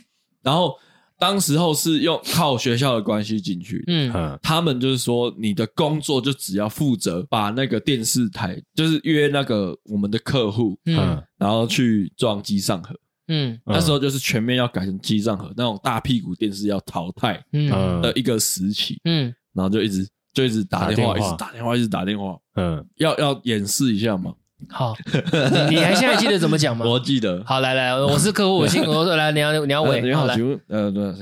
然后当时候是用靠学校的关系进去，
嗯
嗯
他们就是说你的工作就只要负责把那个电视台，就是约那个我们的客户，
嗯
嗯
然后去装机上盒。
嗯
那时候就是全面要改成机上盒那种大屁股电视要淘汰
嗯
嗯
的一个时期，
嗯
然后就一直就一直打电话，
打电话
一直打电话，一直打电话，
嗯
要要演示一下嘛。
好， [LAUGHS] 你你还现在记得怎么讲吗？
[LAUGHS] 我记得，
好，来来，我是客户，
[LAUGHS]
我姓我来，你要你要
呃
尾，
你好，
来
请问呃，对，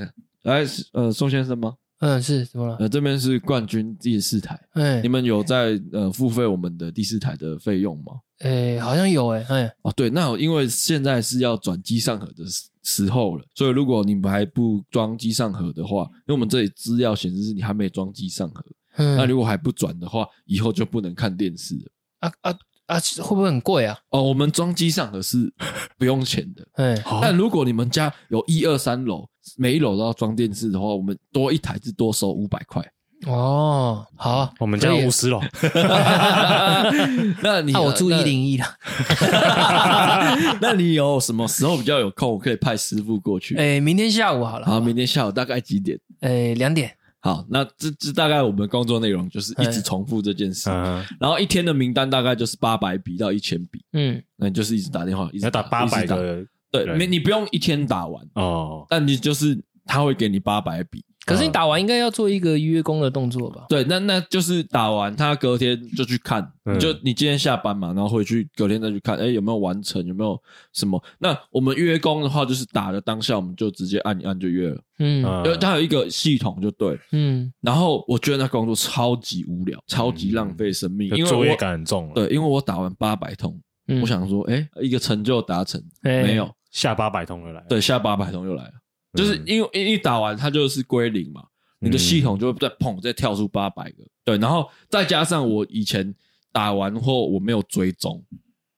来是呃，宋先生吗？
嗯，是怎么了？
呃，这边是冠军第四台，
哎
呃你，们有在呃付费我们的第四台的费用吗？
哎，好像有哎，哎，
哦，对，那我因为现在是要转机上盒的时时候了，所以如果你们还不装机上盒的话，因为我们这里资料显示是你还没装机上盒，那
嗯
如果还不转的话，以后就不能看电视了。
啊啊啊，会不会很贵啊？
哦，我们装机上盒
[LAUGHS]
是不用钱的，
哎，
哦
但如果你们家有一二三楼，每一楼都要装电视的话，我们多一台是多收五百
[LAUGHS]
块。
哦，好啊，
我们家
可以
巫师了，
那你
那啊我住一，零一的，
那 [LAUGHS] 那你有什么时候比较有空，我可以派师傅过去。
[LAUGHS] 哎，明天下午好了，
好，明天下午大概几点？
哎，两点，
好，那这这大概我们工作内容就是一直重复这件事，
哎嗯，
[LAUGHS] 然后一天的名单大概就是八百笔到一千笔，
嗯
那你就是一直打电话，一
你
直
要打八百，
一直
个
打对，
人
没你不用一天打完，
哦，
但你就是他会给你八百笔，
可是你打完应该要做一个约工的动作吧？
对，那那就是打完他隔天就去看，
嗯
你就你今天下班嘛，然后回去隔天再去看，哎、有没有完成，有没有什么？那我们约工的话，就是打的当下我们就直接按一按就约了，
嗯
嗯
因为它有一个系统就对了。
嗯
然后我觉得那工作超级无聊，超级浪费生命，因为
嗯作
我
业感很重，，
对，因为我打完八百通，
嗯，
我想说，哎、一个成就达成、
哎
没有？
下八百通了来，
对，下八百通又来了，
嗯，
就是因为一一打完它就是归零嘛，你的
嗯
嗯
系统就会再砰再跳出八百个，对，然后再加上我以前打完后我没有追踪，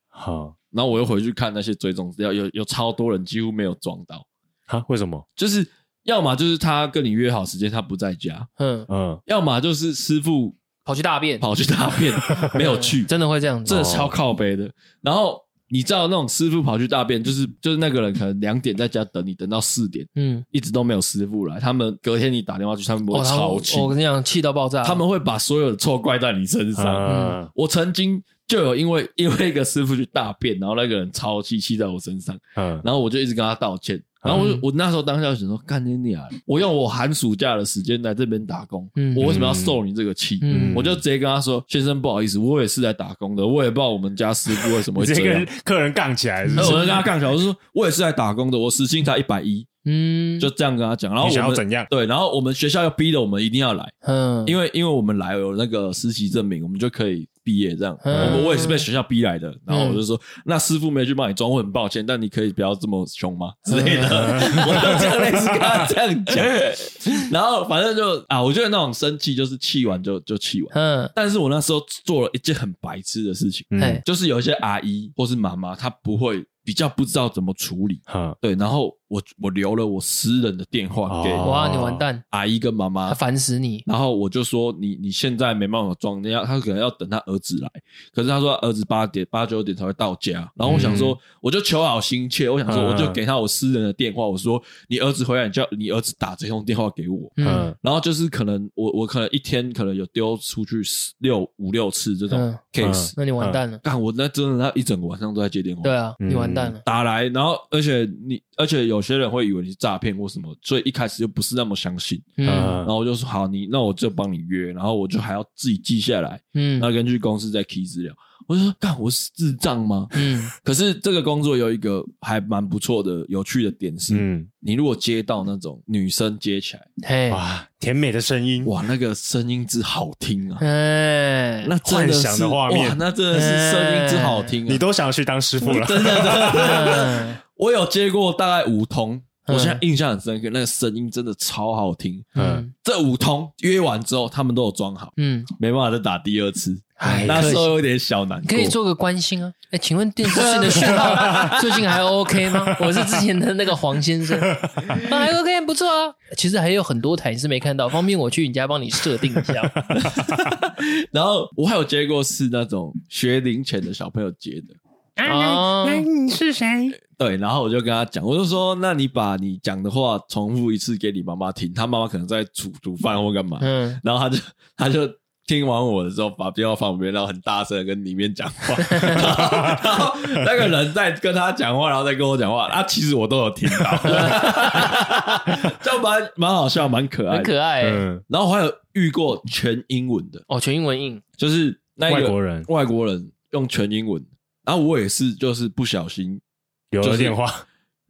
好
然后我又回去看那些追踪资料，有有超多人几乎没有装到，
啊，为什么？
就是要么就是他跟你约好时间他不在家，
嗯，
嗯，
要么就是师傅
跑去大便，
跑去大便没有
[LAUGHS]
去，
真的会这样子
真的超靠背的。然后你知道那种师傅跑去大便，就是就是那个人可能两点在家等你，等到四点
嗯，
一直都没有师傅来，他们隔天你打电话去，他们会
我
超气
哦我，跟你讲，气到爆炸，
他们会把所有的错怪在你身上。
嗯
我曾经就有因为因为一个师傅去大便，然后那个人超气气在我身上，
嗯，
然后我就一直跟他道歉。然后我就、
嗯
我那时候当下就想说，干你娘！我用我寒暑假的时间来这边打工，
嗯
我为什么要受你这个气？
嗯
我就直接跟他说：“先生，不好意思，我也是来打工的，我也不知道我们家师傅为什么
我
会
直接
这样
跟。客人杠起来，是”不
然后
是
我就跟他杠起来，我就说：“我也是来打工的，我时薪才一百一。”
嗯，
就这样跟他讲。然后我
你
们
想要怎样
对，然后我们学校又逼着我们一定要来，
嗯，
因
为
为因为我们来有那个实习证明，我们就可以毕业这样。
嗯
我们我也是被学校逼来的。然后我就说：“那师傅没去帮你装，我很抱歉，但你可以不要这么凶吗？”之类的，
嗯
我就这样类似跟他这样讲。
[LAUGHS]
然后反正就啊，我觉得那种生气就是气完就就气完。
嗯
但是我那时候做了一件很白痴的事情，
哎
嗯
就是有一些阿姨或是妈妈，她不会比较不知道怎么处理，
好，
对，然后我我留了我私人的电话给
哦
哇，你完蛋，
阿姨跟妈
他
妈，
烦死你。
然后我就说你你现在没办法装，你要他可能要等他儿子来，可是他说儿子八点八九点才会到家，然后我想
嗯
说、我就求好心切，我想说
嗯
我就给他我私人的电话，我说你儿子回来你叫你儿子打这通电话给我，
嗯
嗯，
然后就是可能我我可能一天可能有丢出去十六五六次这种
嗯
case，
那你完蛋了。
干、我那真的那一整个晚上都在接电话，
对啊，
嗯
你完蛋了。
打来，然后而且你，而且有些人会以为你是诈骗或什么，所以一开始就不是那么相信。
嗯
嗯
然后我就说好，你那我就帮你约，然后我就还要自己记下来，
嗯
然后根据公司再 key 资料。我就说干，我是智障吗？
嗯
可是这个工作有一个还蛮不错的、有趣的点是，
嗯，
你如果接到那种女生接起来，
嘿，
哇，甜美的声音，
哇，那个声音之好听啊！
哎，
那真的
嗯幻想
是
的画面哎
哇，那真的是声音之好听啊！
你都想要去当师傅了，
真的真的真的
嗯
[LAUGHS] 我有接过大概五通，
嗯
我现在印象很深刻，那个声音真的超好听。
嗯
这五通约完之后，他们都有装好，
嗯，
没办法再打第二次。
哎
那
可
时
以
候有点小难过。
可以做个关心啊。哎，请问电视线的讯 [LAUGHS] 号最近还 OK 吗？我是之前的那个黄先生， [LAUGHS] 啊，还 OK，不错啊。其实还有很多台你是没看到，方便我去你家帮你设定一下吗。
[LAUGHS] 然后我还有接过是那种学龄前的小朋友接的，
哦，
你是谁？
对，然后我就跟他讲，我就说，那你把你讲的话重复一次给你妈妈听，她妈妈可能在煮煮饭或干嘛，
[LAUGHS] 嗯，
然后他就他就听完我的时候，把电话放旁边，然后很大声的跟里面讲
[LAUGHS]
话，然后那个人在跟他讲话，然后再跟我讲话啊，其实我都有听到，
[LAUGHS]
就蛮蛮好笑，蛮可爱
很
的。
可爱欸。
嗯，
然后我还有遇过全英文的，
哦，全英文印，
就是那一个
外国人
外国人用全英文，然后我也是就是不小心，
有
就
了
是
电话，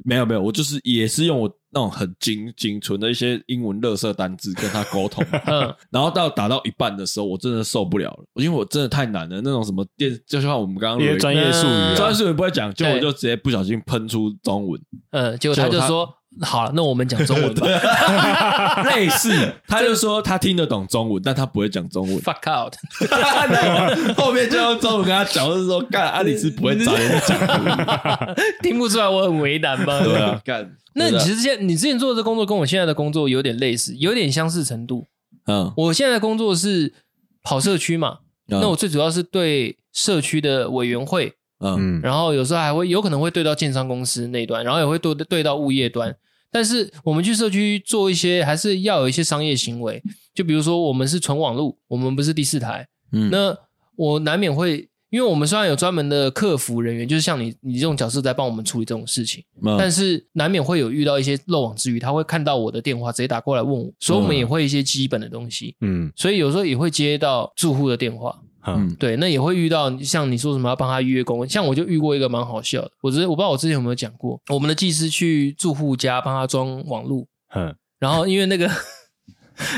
没有没有，我就是也是用我那种很精精纯的一些英文垃圾单字跟他沟
[LAUGHS]
通。
嗯
然后到打到一半的时候，我真的受不了了，因为我真的太难了。那种什么电，就像我们刚刚
一些
有一
嗯专业术语啊，
嗯
专业术语不会讲，就
对
我就直接不小心喷出中
[LAUGHS]
文，
嗯，结果他就
结
说。好了，那我们讲中文吧。
类似。他就说他听得懂中文，但他不会讲中文。
Fuck out！ [LAUGHS]
[LAUGHS] 然后后面就用中文跟他讲，就是说干，阿里斯不会找人讲的，
听不出来我很为难吧？
对啊， [LAUGHS] 干。
那你
真的
之前你之前做的工作跟我现在的工作有点类似，有点相似程度。
嗯，
我现在的工作是跑社区嘛，
嗯
那我最主要是对社区的委员会，
嗯
嗯
然后有时候还会有可能会对到建商公司那一端，然后也会对对到物业端。但是我们去社区做一些，还是要有一些商业行为，就比如说我们是纯网路，我们不是第四台，
嗯
那我难免会，因为我们虽然有专门的客服人员，就是像你你这种角色在帮我们处理这种事情，
嗯
但是难免会有遇到一些漏网之鱼，他会看到我的电话直接打过来问我，
嗯
所以我们也会一些基本的东西，
嗯
所以有时候也会接到住户的电话，
嗯
对，那也会遇到像你说什么要帮他预约公文，像我就遇过一个蛮好笑的，我之我不知道我之前有没有讲过，我们的技师去住户家帮他装网路，
嗯
然后因为那个 [LAUGHS]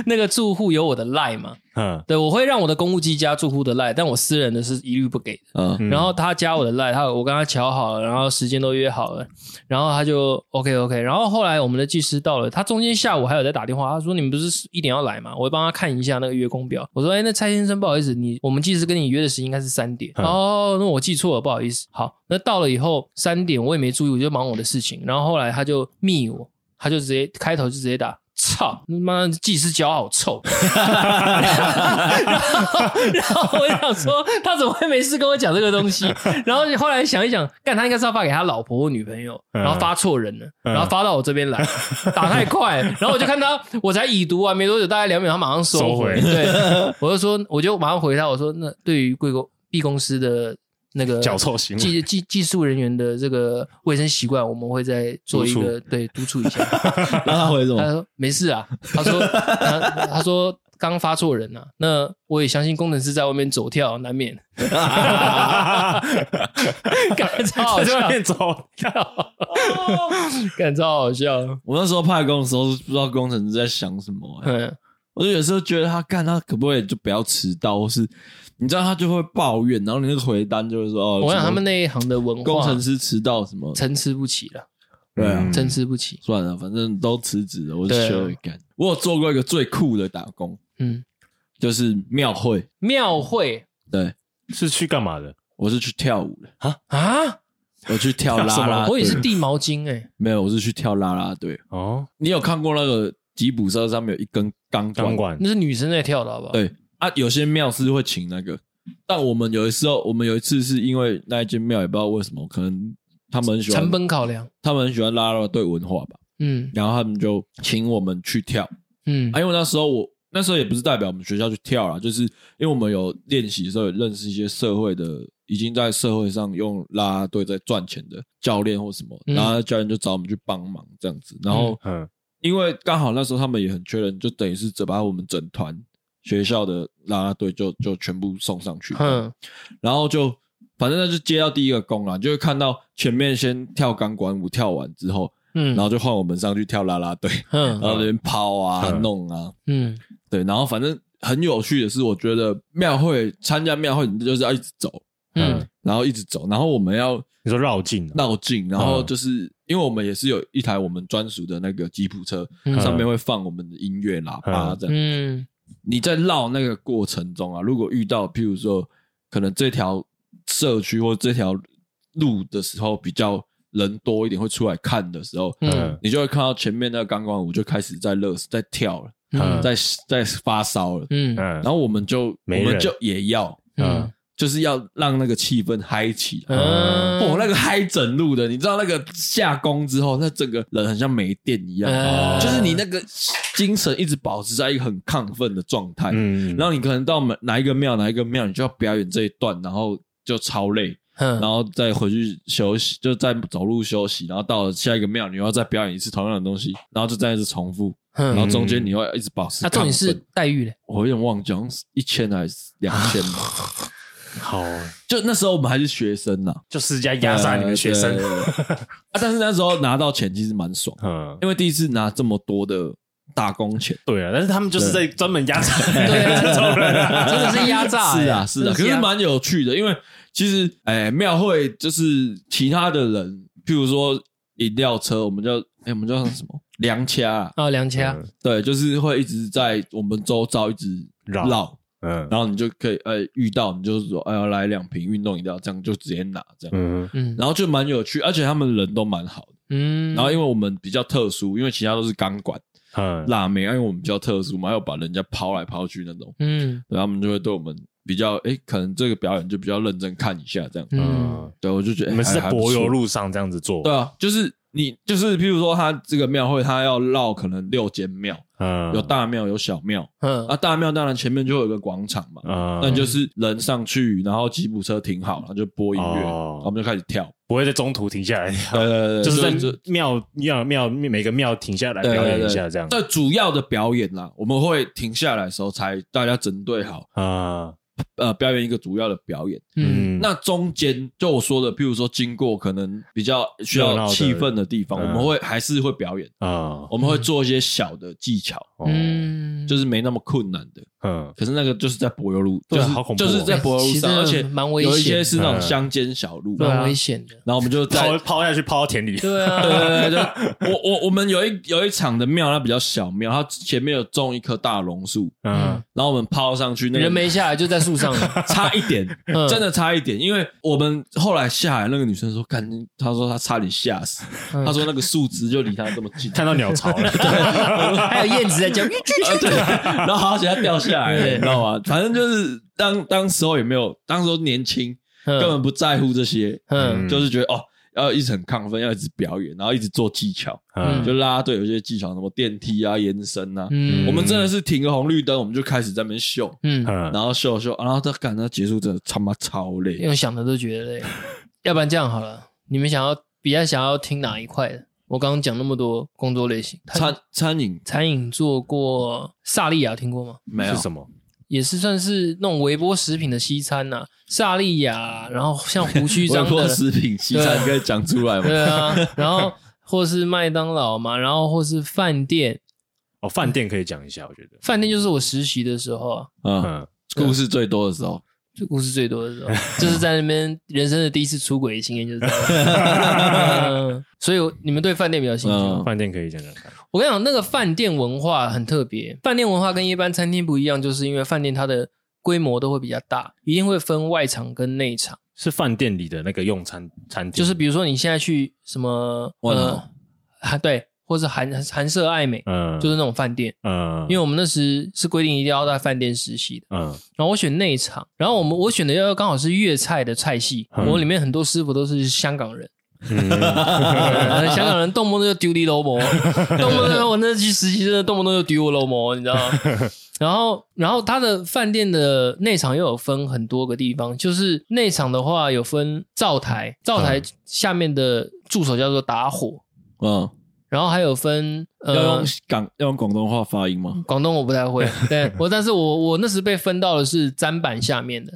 那个住户有我的 line 嘛，
嗯
对，我会让我的公务机加住户的赖，但我私人的是一律不给的。
嗯
嗯，
然后他加我的赖，他我跟他瞧好了，然后时间都约好了，然后他就 OK OK。然后后来我们的技师到了，他中间下午还有在打电话，他说你们不是一点要来吗？我会帮他看一下那个月工表。我说哎，那蔡先生不好意思，你我们技师跟你约的时间应该是三点。
嗯
哦，那我记错了，不好意思。好，那到了以后三点我也没注意，我就忙我的事情。然后后来他就密我，他就直接开头就直接打。操，你妈技师脚好臭！ [LAUGHS] 然后，然后我想说，他怎么会没事跟我讲这个东西？然后后来想一想，干他应该是要发给他老婆或女朋友，
嗯
然后发错人了，
嗯
然后发到我这边来，打太快，然后我就看他，我才已读完没多久，大概两秒，他马上收
收
回。
回
对，我就说，我就马上回他，我说，那对于贵公 B 公司的那个
脚臭行为 [LAUGHS]
技技技术人员的这个卫生习惯，我们会再做一个对督促一下。
然后他回什
他
么？
说没事啊，他说他他说刚发错人啊，那我也相信工程师在外面走跳难免，感超好
在
笑
这，边走，哦
感超好笑，
我那时候派工的时候，不知道工程师在想什么、欸
嗯
我就有时候觉得他干他可不可以就不要迟到，或是你知道他就会抱怨，然后你那个回单就会说哦，
我
什
想
么
他们那一行的文化
工程师迟到什么，
参差不齐了，
对啊，
嗯
参差不齐，
算了，反正都辞职了，我就
对啊
休一干。我有做过一个最酷的打工，
嗯，
就是庙会，
庙会
对
是去干嘛的？
我是去跳舞的，
啊，
我去跳
[LAUGHS]
啦啦队，
我也是递毛巾哎、
没有，我是去跳啦啦队。
哦，
你有看过那个吉普车上面有一根钢管？
钢管
那是女生在跳的好不好？，
对啊，有些庙是会请那个，但我们有一次哦，我们有一次是因为那一间庙也不知道为什么，可能他们很喜欢
成本考量。
他们很喜欢啦啦队文化吧，
嗯
然后他们就请我们去跳。
嗯
啊，因为那时候我那时候也不是代表我们学校去跳啦，就是因为我们有练习的时候有认识一些社会的，已经在社会上用啦啦队在赚钱的教练或什么，
嗯
然后教练就找我们去帮忙这样子。然后
嗯，
因为刚好那时候他们也很缺人，就等于是只把我们整团学校的啦啦队就就全部送上去。
嗯
然后就反正那就接到第一个工啦，你就会看到前面先跳钢管舞，跳完之后，
嗯，
然后就换我们上去跳啦啦队，然
嗯
后那边抛啊、
嗯
弄啊，
嗯
对，然后反正很有趣的是，我觉得庙会参加庙会，你就是要一直走，
嗯
然后一直走，然后我们要
你说绕境啊，
绕境，然
嗯
后就是、因为我们也是有一台我们专属的那个吉普车，
嗯
上面会放我们的音乐喇叭
嗯
这样。
嗯
你在绕那个过程中啊，如果遇到譬如说可能这条社区或这条路的时候比较人多一点，会出来看的时候，
嗯
你就会看到前面那个钢管舞就开始在热在跳了，
嗯
在在发烧了。
嗯
嗯
然，后我们就我
没人
们就也要，
嗯
就是要让那个气氛嗨起来。
嗯，
哦，那个嗨整路的，你知道那个下工之后，那整个人很像没电一样，
嗯
就是你那个精神一直保持在一个很亢奋的状态。
嗯，
然后你可能到哪哪一个庙哪一个庙，你就要表演这一段，然后就超累，然
嗯
后再回去休息，就再走路休息，然后到了下一个庙，你又要再表演一次同样的东西，然后就这样一直重复，然后
嗯，
中间你会一直保持亢奋。
那重点是待遇嘞，
我有点忘记，好像是一千还是两
[LAUGHS]
千吧。
好，
就那时候我们还是学生呐，
就施加压榨你们学生
对，对对对啊，但是那时候拿到钱其实蛮爽，
嗯，
因为第一次拿这么多的打工钱。
对啊，但是他们就是在专门压榨
对啊
这种人啊，
[LAUGHS] 真的是压榨欸，
是啊，是啊，可
真的
是
压
蛮有趣的，因为其实哎，庙会就是其他的人，譬如说饮料车，我们叫哎，我们叫什么凉掐啊，
啊，梁家
嗯
对，就是会一直在我们周遭一直
绕
绕，
嗯
然后你就可以哎遇到，你就是说哎要来两瓶运动饮料，这样就直接拿这样，
嗯
嗯
然后就蛮有趣，而且他们人都蛮好的。
嗯，
然后因为我们比较特殊，因为其他都是钢管
嗯，
辣妹，啊因为我们比较特殊嘛，要把人家抛来抛去那种，
嗯
然后他们就会对我们比较，哎，可能这个表演就比较认真看一下这样。
嗯
嗯，
对，我就觉得哎
你们是在柏油，
诶还还不错
路上这样子做，
对啊，就是你就是譬如说他这个庙会，他要绕可能六间庙，
嗯，
有大庙有小庙，
嗯
啊，大庙当然前面就会有个广场嘛。
嗯，
那你就是人上去，然后吉普车停好，然后就播音乐，然
哦
后我们就开始跳。
不会在中途停下来，
对对对，
就是在
这。
庙庙庙每个庙停下来
对
表
对
演
对，
一下这样
在主要的表演啦，我们会停下来的时候才大家整队好，
啊，
呃，表演一个主要的表演。
嗯
嗯，
那中间就我说的，譬如说经过可能比较需
热闹
要
的
气氛的地方，
嗯
我们会还是会表演，
啊，哦
我们会做一些小的技巧，
嗯，
哦就是没那么困难的。
嗯
可是那个就是在柏油路，
对
就是
好恐怖哦
就是在柏油路
其实
上，而且
蛮危
有一
险
些
的
是那种
嗯
乡间小路，然
啊蛮
后
危险的，
我们就在
抛抛下去，抛到田里，
[LAUGHS] 对啊，
啊对对对对，我我我们有一有一场的庙，它比较小庙，它前面有种一棵大榕树，
嗯
然后我们抛上去，那
人
个
没下来就在树
[LAUGHS]
上了，
差一点，
[LAUGHS] 嗯
真的差一点，因为我们后来下来，那个女生说，看，她说她差点吓死，
嗯
她说那个树枝就离她这么近，
看到鸟巢了，
还有燕子在叫，
啊 [LAUGHS] 对，然后好险她掉下来了，
对
你知道吗？反正就是当当时候也没有，当时候年轻，根本
嗯
不在乎这些，
嗯
就是觉得哦。要一直很亢奋，要一直表演，然后一直做技巧，
嗯
就啦啦队有些技巧，什么电梯啊、延伸啊，
嗯
我们真的是停个红绿灯，我们就开始在那边秀，
嗯，
嗯
然后秀秀，啊然后他赶到结束，真的他妈超累。
用想的都
[LAUGHS]
觉得累，要不然这样好了，你们想要比较想要听哪一块的？我刚刚讲那么多工作类型，
餐餐饮
餐饮做过萨莉亚，听过吗？
没有
是什么？
也是算是那种微波食品的西餐呐、萨莉亚，然后像胡须
[LAUGHS] 微
章
波
的，
食品西餐，你可以讲出来吗？
[LAUGHS] 对啊，然后或是麦当劳嘛，然后或是饭店，
哦，饭店可以讲一下，我觉得，
饭店就是我实习的时候啊，
嗯，
嗯
故事最多的时候，
这故事最
[LAUGHS]
多的时候，就是在那边人生的第一次出轨的经验就是这样、
[LAUGHS]
嗯所以我你们对饭店比较兴趣吗。
嗯
饭店可以讲讲看，
我跟你讲，那个饭店文化很特别。饭店文化跟一般餐厅不一样，就是因为饭店它的规模都会比较大，一定会分外场跟内场。
是饭店里的那个用餐餐厅，
就是比如说你现在去什么
万
呃， [LAUGHS] 啊对，或是韩韩舍爱美，
嗯，
就是那种饭店，
嗯，
因为我们那时是规定一定要在饭店实习的。
嗯
然后我选内场，然后我们我选的要刚好是粤菜的菜系，
嗯
我里面很多师傅都是香港人，
嗯
呃香港人动不动就丢你老母，动不动我那去实习真的动不动就丢我老母，你知道吗？ [LAUGHS] 然后，然后他的饭店的内场又有分很多个地方，就是内场的话有分灶台，灶台下面的助手叫做打火，
嗯，
然后还有分
要
呃
用港要用广东话发音吗？
广东我不太会，对我，但是我我那时被分到的是砧板下面的，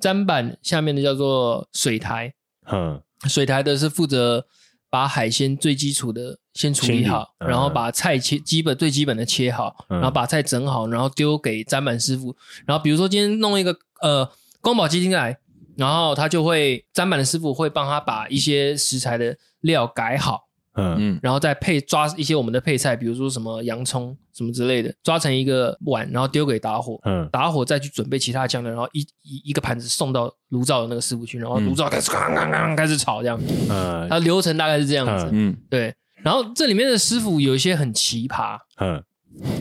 砧板下面的叫做水台，
嗯
水台的是负责把海鲜最基础的先处理好，
清理嗯
然后把菜切基本最基本的切好，
嗯
然后把菜整好，然后丢给砧板师傅。然后比如说今天弄一个呃宫保鸡丁来，然后他就会砧板的师傅会帮他把一些食材的料改好，
嗯
嗯
然后再配抓一些我们的配菜，比如说什么洋葱什么之类的，抓成一个碗，然后丢给打火。
嗯
打火再去准备其他酱料，然后一一一个盘子送到炉灶的那个师傅去，然后炉灶开始哐哐哐开始炒这样。
嗯
它流程大概是这样子，
嗯，
对。然后这里面的师傅有一些很奇葩，
嗯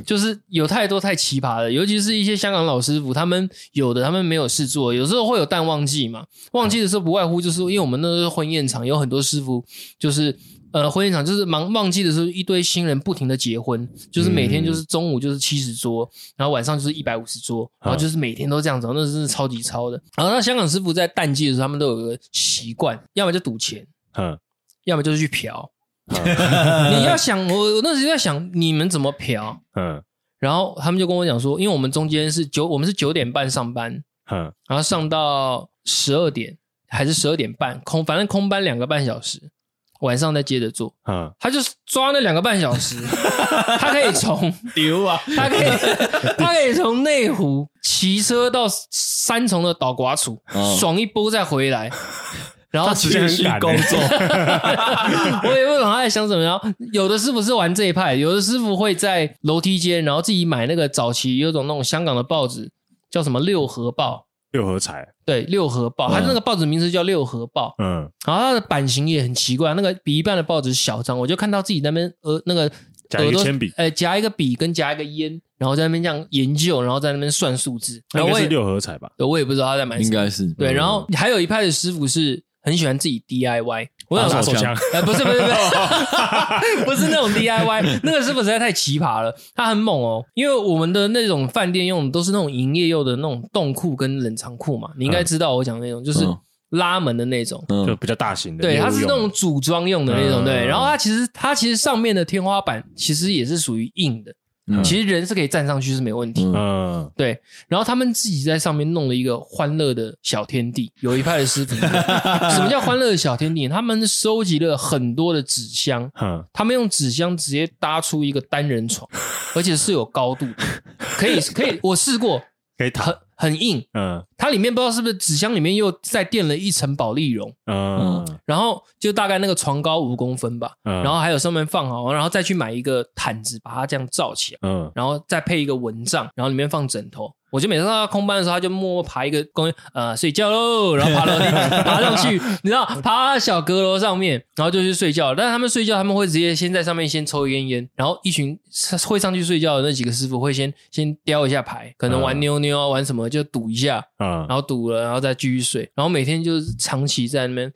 就是有太多太奇葩了，尤其是一些香港老师傅，他们有的他们没有事做，有时候会有淡旺季嘛。旺季的时候不外乎就是因为我们那时候婚宴场有很多师傅，就是呃婚宴场就是忙旺季的时候，一堆新人不停的结婚，就是每天就是中午就是七十桌，然后晚上就是一百五十桌，然后就是每天都这样子，那真是超级超的。然后那香港师傅在淡季的时候，他们都有个习惯，要么就赌钱，
嗯
要么就是去嫖。 [LAUGHS] 你要想，我我那时候在想，你们怎么嫖？
嗯
然后他们就跟我讲说，因为我们中间是九，我们是九点半上班，
嗯
然后上到十二点还是十二点半，空反正空班两个半小时，晚上再接着做。
嗯，
他就是抓那两个半小时，他可以从
丢啊！
[LAUGHS] 他可以他可以从内湖骑车到三重的岛瓜处，
哦
爽一波再回来，然后
他时间很赶
欸
工作，
[LAUGHS] 我也不懂他在想什么。然后有的师傅是玩这一派，有的师傅会在楼梯间，然后自己买那个早期有种那种香港的报纸，叫什么六合报。
六合彩，
对六合报，
嗯
它那个报纸名字叫六合报，
嗯
然后它的版型也很奇怪，那个比一般的报纸小张，我就看到自己那边呃那个
夹一个
耳朵
铅笔
呃夹一个笔跟夹一个烟，然后在那边这样研究，然后在那边算数字，
应
然后
该
我
是
也
六合嗯彩吧？
我也不知道他在买什
应
么，
该是
对，然后还有一派的师傅是很喜欢自己 DIY，我想
打
说
啊手枪，
呃，不是不是不是， [LAUGHS] 不是那种 DIY，那个师傅实在太奇葩了，他很猛哦。因为我们的那种饭店用的都是那种营业用的那种冻库跟冷藏库嘛，你应该
嗯
知道我讲的那种，就是
嗯
拉门的那种。
就
嗯
比较大型的，
对，
业务
它是那
用
种组装用的那种，
嗯
对。然后它其实它其实上面的天花板其实也是属于硬的，
嗯
其实人是可以站上去是没问题。
嗯
嗯
对，然后他们自己在上面弄了一个欢乐的小天地，有一派的师傅。什么叫欢乐的小天地？他们收集了很多的纸箱，
嗯
他们用纸箱直接搭出一个单人床，而且是有高度的，可以可以，我试过，
可以躺，
很很硬。
嗯
它里面不知道是不是纸箱里面又再垫了一层保丽绒，
嗯
然后就大概那个床高五公分吧，
嗯，
然后还有上面放好，然后再去买一个毯子把它这样罩起来。
嗯
然后再配一个蚊帐，然后里面放枕头。我就每次到他空班的时候，他就默默爬一个公园，呃，睡觉喽， [LAUGHS] 然后爬楼梯爬上去，你知道，爬到小阁楼上面，然后就去睡觉。但是他们睡觉，他们会直接先在上面先抽一根烟，然后一群会上去睡觉的那几个师傅会先先叼一下牌，可能玩
嗯
妞妞啊，玩什么就赌一下，
嗯，
然后赌了，然后再继续睡，然后每天就是长期在那边。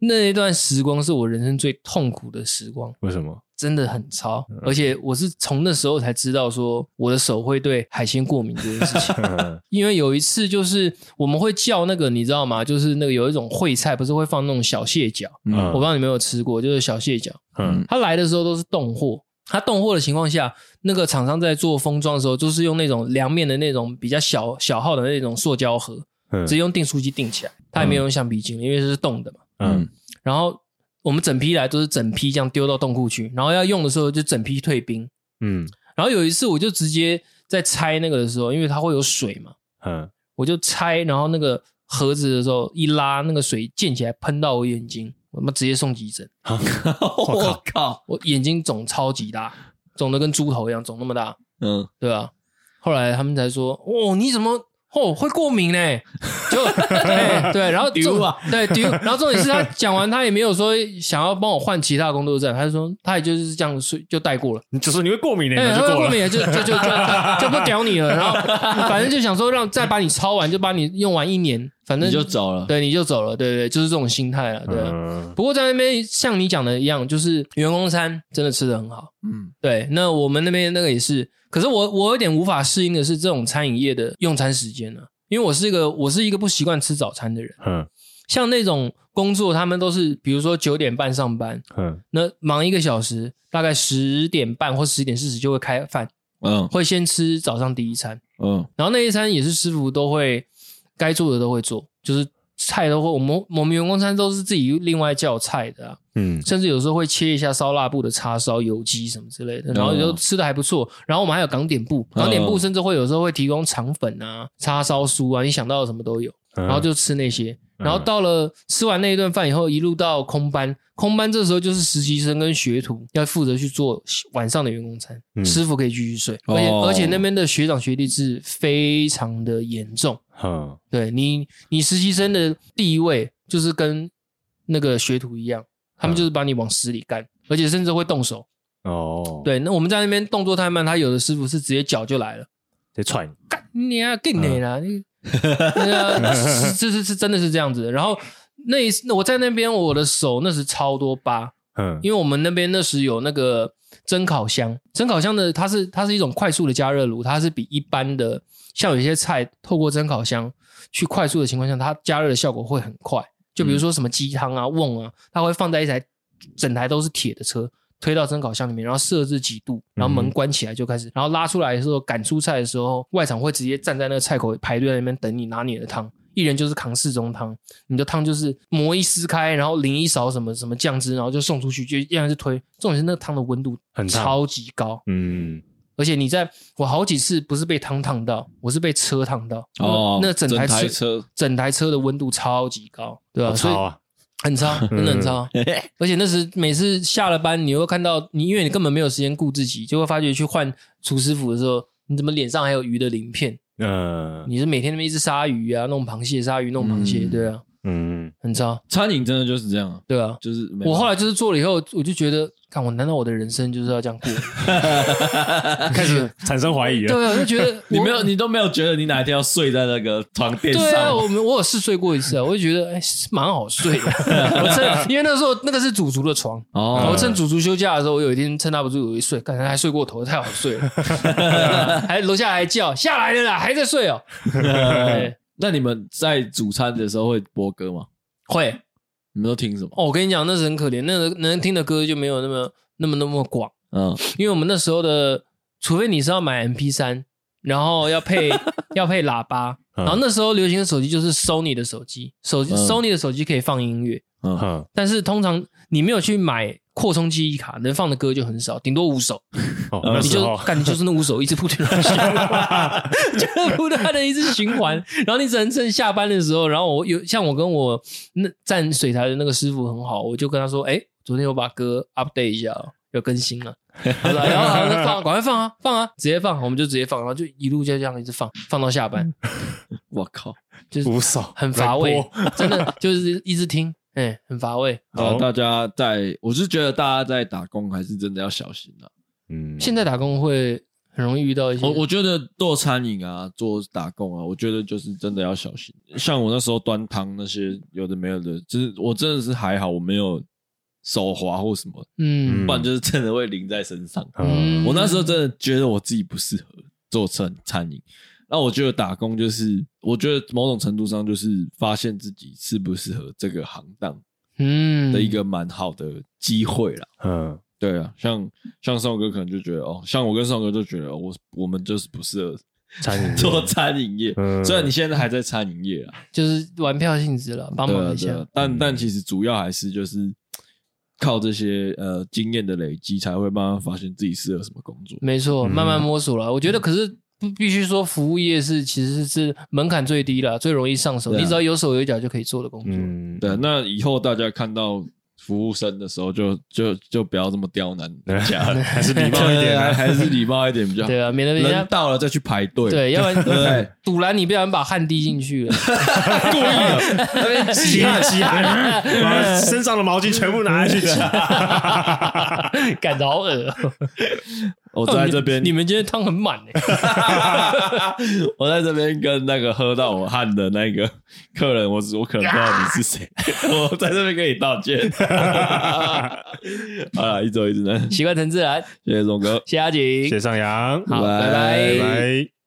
那一段时光是我人生最痛苦的时光。
为什么？。
真的很超，而且我是从那时候才知道说我的手会对海鲜过敏这件事情
[LAUGHS] 嗯
因为有一次就是我们会叫那个你知道吗？就是那个有一种烩菜，不是会放那种小蟹脚，我
嗯
不知道你们有没有吃过，就是小蟹脚。
嗯
它来的时候都是冻货，它冻货的情况下，那个厂商在做封装的时候，就是用那种凉面的那种比较小小号的那种塑胶盒，
嗯
直接用订书机订起来，它也没有用橡皮筋，因为这是冻的嘛。
嗯
嗯
然后我们整批来都是整批这样丢到冻库去，然后要用的时候就整批退冰。
嗯
然后有一次我就直接在拆那个的时候，因为它会有水嘛，
嗯
我就拆，然后那个盒子的时候一拉，那个水溅起来喷到我眼睛，我他妈直接送急诊，
[LAUGHS] 我靠，
嗯我眼睛肿超级大，肿的跟猪头一样，肿那么大，
嗯
对吧、后来他们才说，哦，你怎么？哦，会过敏呢，就 [LAUGHS] 哎对对，然后
丢
重
啊，
对丢，然后重点是他讲完，他也没有说想要帮我换其他工作证，他就说他也就是这样睡就带过了，
你只说你会过敏的，
哎，
那
他
就
会
过
过
了。
敏就就就就就不屌你了，然后反正就想说让再把你抄完，就把你用完一年，反正
你就走了。
对你就走了，对对，就是这种心态了，对。
嗯，
不过在那边像你讲的一样，就是嗯员工餐真的吃的很好，
嗯，
对，那我们那边那个也是，可是我我有点无法适应的是这种餐饮业的用餐时间呢、因为我是一个我是一个不习惯吃早餐的人，
嗯
像那种工作他们都是比如说九点半上班，
嗯
那忙一个小时，大概十点半或十点四十就会开饭，
嗯
会先吃早上第一餐，
嗯
然后那一餐也是师傅都会该做的都会做，就是菜都会我们我们员工餐都是自己另外叫菜的、啊，
嗯，
甚至有时候会切一下烧腊部的叉烧、油鸡什么之类的，然后就吃的还不错。然后我们还有港点部，港点部甚至会有时候会提供肠粉啊、叉烧酥啊，你想到的什么都有，
然
然后就吃那些。
嗯
然后到了吃完那一顿饭以后，一路到空班，空班这时候就是实习生跟学徒要负责去做晚上的员工餐，
嗯
师傅可以继续睡，而且
哦
而且那边的学长学弟制非常的严重，
嗯
对你，你实习生的地位就是跟那个学徒一样，他
嗯
们就是把你往死里干，而且甚至会动手。
哦，，
对，那我们在那边动作太慢，他有的师傅是直接脚就来了，
在踹你，
干你啊，更你啦，你 [LAUGHS] 那个是是是是真的是这样子的。然后那一次我在那边，我的手那时超多疤，
嗯
因为我们那边那时有那个蒸烤箱，蒸烤箱的它是它是一种快速的加热炉，它是比一般的像有一些菜透过蒸烤箱去快速的情况下，它加热的效果会很快。就比如说什么鸡汤啊、瓮啊，它会放在一台整台都是铁的车，推到蒸烤箱里面，然后设置几度，然后门关起来就开始，然后拉出来的时候赶出菜的时候，外场会直接站在那个菜口排队在那边等你拿你的汤，一人就是扛四盅汤，你的汤就是膜一撕开，然后淋一勺什么什么酱汁，然后就送出去，就一样是推。重点是那个汤的温度
很烫
超级高，
嗯
而且你在我好几次不是被汤烫到，我是被车烫到。
哦，
那整台
台车，
整台车的温度超级高，对吧、
好
所以
吵啊，
很超，真的很超。而且那时每次下了班，你会看到你，因为你根本没有时间顾自己，就会发觉去换厨师服的时候，你怎么脸上还有鱼的鳞片？
嗯
你是每天那么一直杀鱼啊，弄螃蟹，杀鱼弄螃蟹，
嗯
对啊，
嗯，
很超，
餐饮真的就是这样啊，
对啊。
就是没
我后来就是做了以后，我就觉得，看我难道我的人生就是要这样
[LAUGHS]
过？
开始产生怀疑了，
对啊，我就觉得我
[LAUGHS] 你没有，你都没有觉得你哪一天要睡在那个床垫
对啊，
上，
我们我有试睡过一次啊，我就觉得哎，是蛮好
[LAUGHS]
睡的。我趁因为那时候那个是主厨的床，
哦
我趁主厨休假的时候，我有一天趁他不注意，我一睡，感觉还睡过头，太好
[LAUGHS]
睡了，还楼下还叫下来了啦，还在睡哦。
嗯
哎对
[LAUGHS] 那你们在主餐的时候会播歌吗？
会
你们都听什么？
哦，我跟你讲，那是很可怜，那个能听的歌就没有那么那么那么广，
嗯，
因为我们那时候的，除非你是要买 MP 三，然后
[LAUGHS]
要配要配喇叭，
嗯
然后那时候流行的手机就是 Sony 的手机，手机、
嗯
Sony 的手机可以放音乐，
嗯
但是通常你没有去买扩充记忆卡，能放的歌就很少，顶多五首，
哦，那
你
时
就
候
感觉就是那五首一直
[LAUGHS]
不停地循环， [LAUGHS] 就不断的一直
[LAUGHS]
循环。然后你只能趁下班的时候，然后我有像我跟我那站水台的那个师傅很好，我就跟他说：“哎、昨天我把歌 update 一下、哦，要更新
[LAUGHS]
了。”他说：“然后那放啊，赶快放啊，放啊，直接放，我们就直接放，然后就一路就这样一直放，放到下
嗯
班，
我靠，
[LAUGHS] 就是
五首
很
[LAUGHS]
乏味
来播，
真的就是一直听，哎、很乏味。”
呃
好，
大家在，我是觉得大家在打工还是真的要小心啊。
嗯，
现在打工会很容易遇到一些，
我我觉得做餐饮啊，做打工啊，我觉得就是真的要小心。像我那时候端汤那些有的没有的，就是我真的是还好，我没有手滑或什么，
嗯
嗯
不然就是真的会淋在身上。
嗯
我那时候真的觉得我自己不适合做餐餐饮。那我觉得打工就是，我觉得某种程度上就是发现自己适不适合这个行当
嗯
的一个蛮好的机会啦。
嗯
对啊，像像宋哥可能就觉得哦，像我跟宋哥就觉得、哦我我们就是不适合
餐饮业
做餐饮业。
嗯
虽然你现在还在餐饮业啊，
就是玩票性质了， [LAUGHS] 帮
对
忙
啊
一
对
下。
啊，但但其实主要还是就是靠这些呃经验的累积，才会慢慢发现自己适合什么工作。
没错，慢慢摸索了。
嗯
我觉得，可是不必须说，服务业是其实是门槛最低了，最容易上手，
对啊
你只要有手有脚就可以做的工作。
嗯
对，那以后大家看到服务生的时候就，就就不要这么刁难人家，
[LAUGHS] 还是礼貌一点啊
[LAUGHS]
对还是礼貌一点比较好。
对啊，免得人
人
家
到了再去排队，
对，要
[LAUGHS]
不
对
然呃堵拦你，不然把汗滴进去了。 [LAUGHS]
故意的，那边
吸
挤
汗吸汗，把身上的毛巾全部拿
[LAUGHS]
下去擦。
感到好恶哦。
我在这边，
[LAUGHS] 你
[LAUGHS]
你们今天汤很满哎、
我在这边跟那个喝到我汗的那个客人，我只我可能不知道你是
[LAUGHS]
谁，我在这边跟你道歉。好了，一周一直呢，
[LAUGHS] 习惯陈自然，
谢谢钟哥。
谢谢阿景，
谢谢上扬，
好，
拜
拜
拜拜。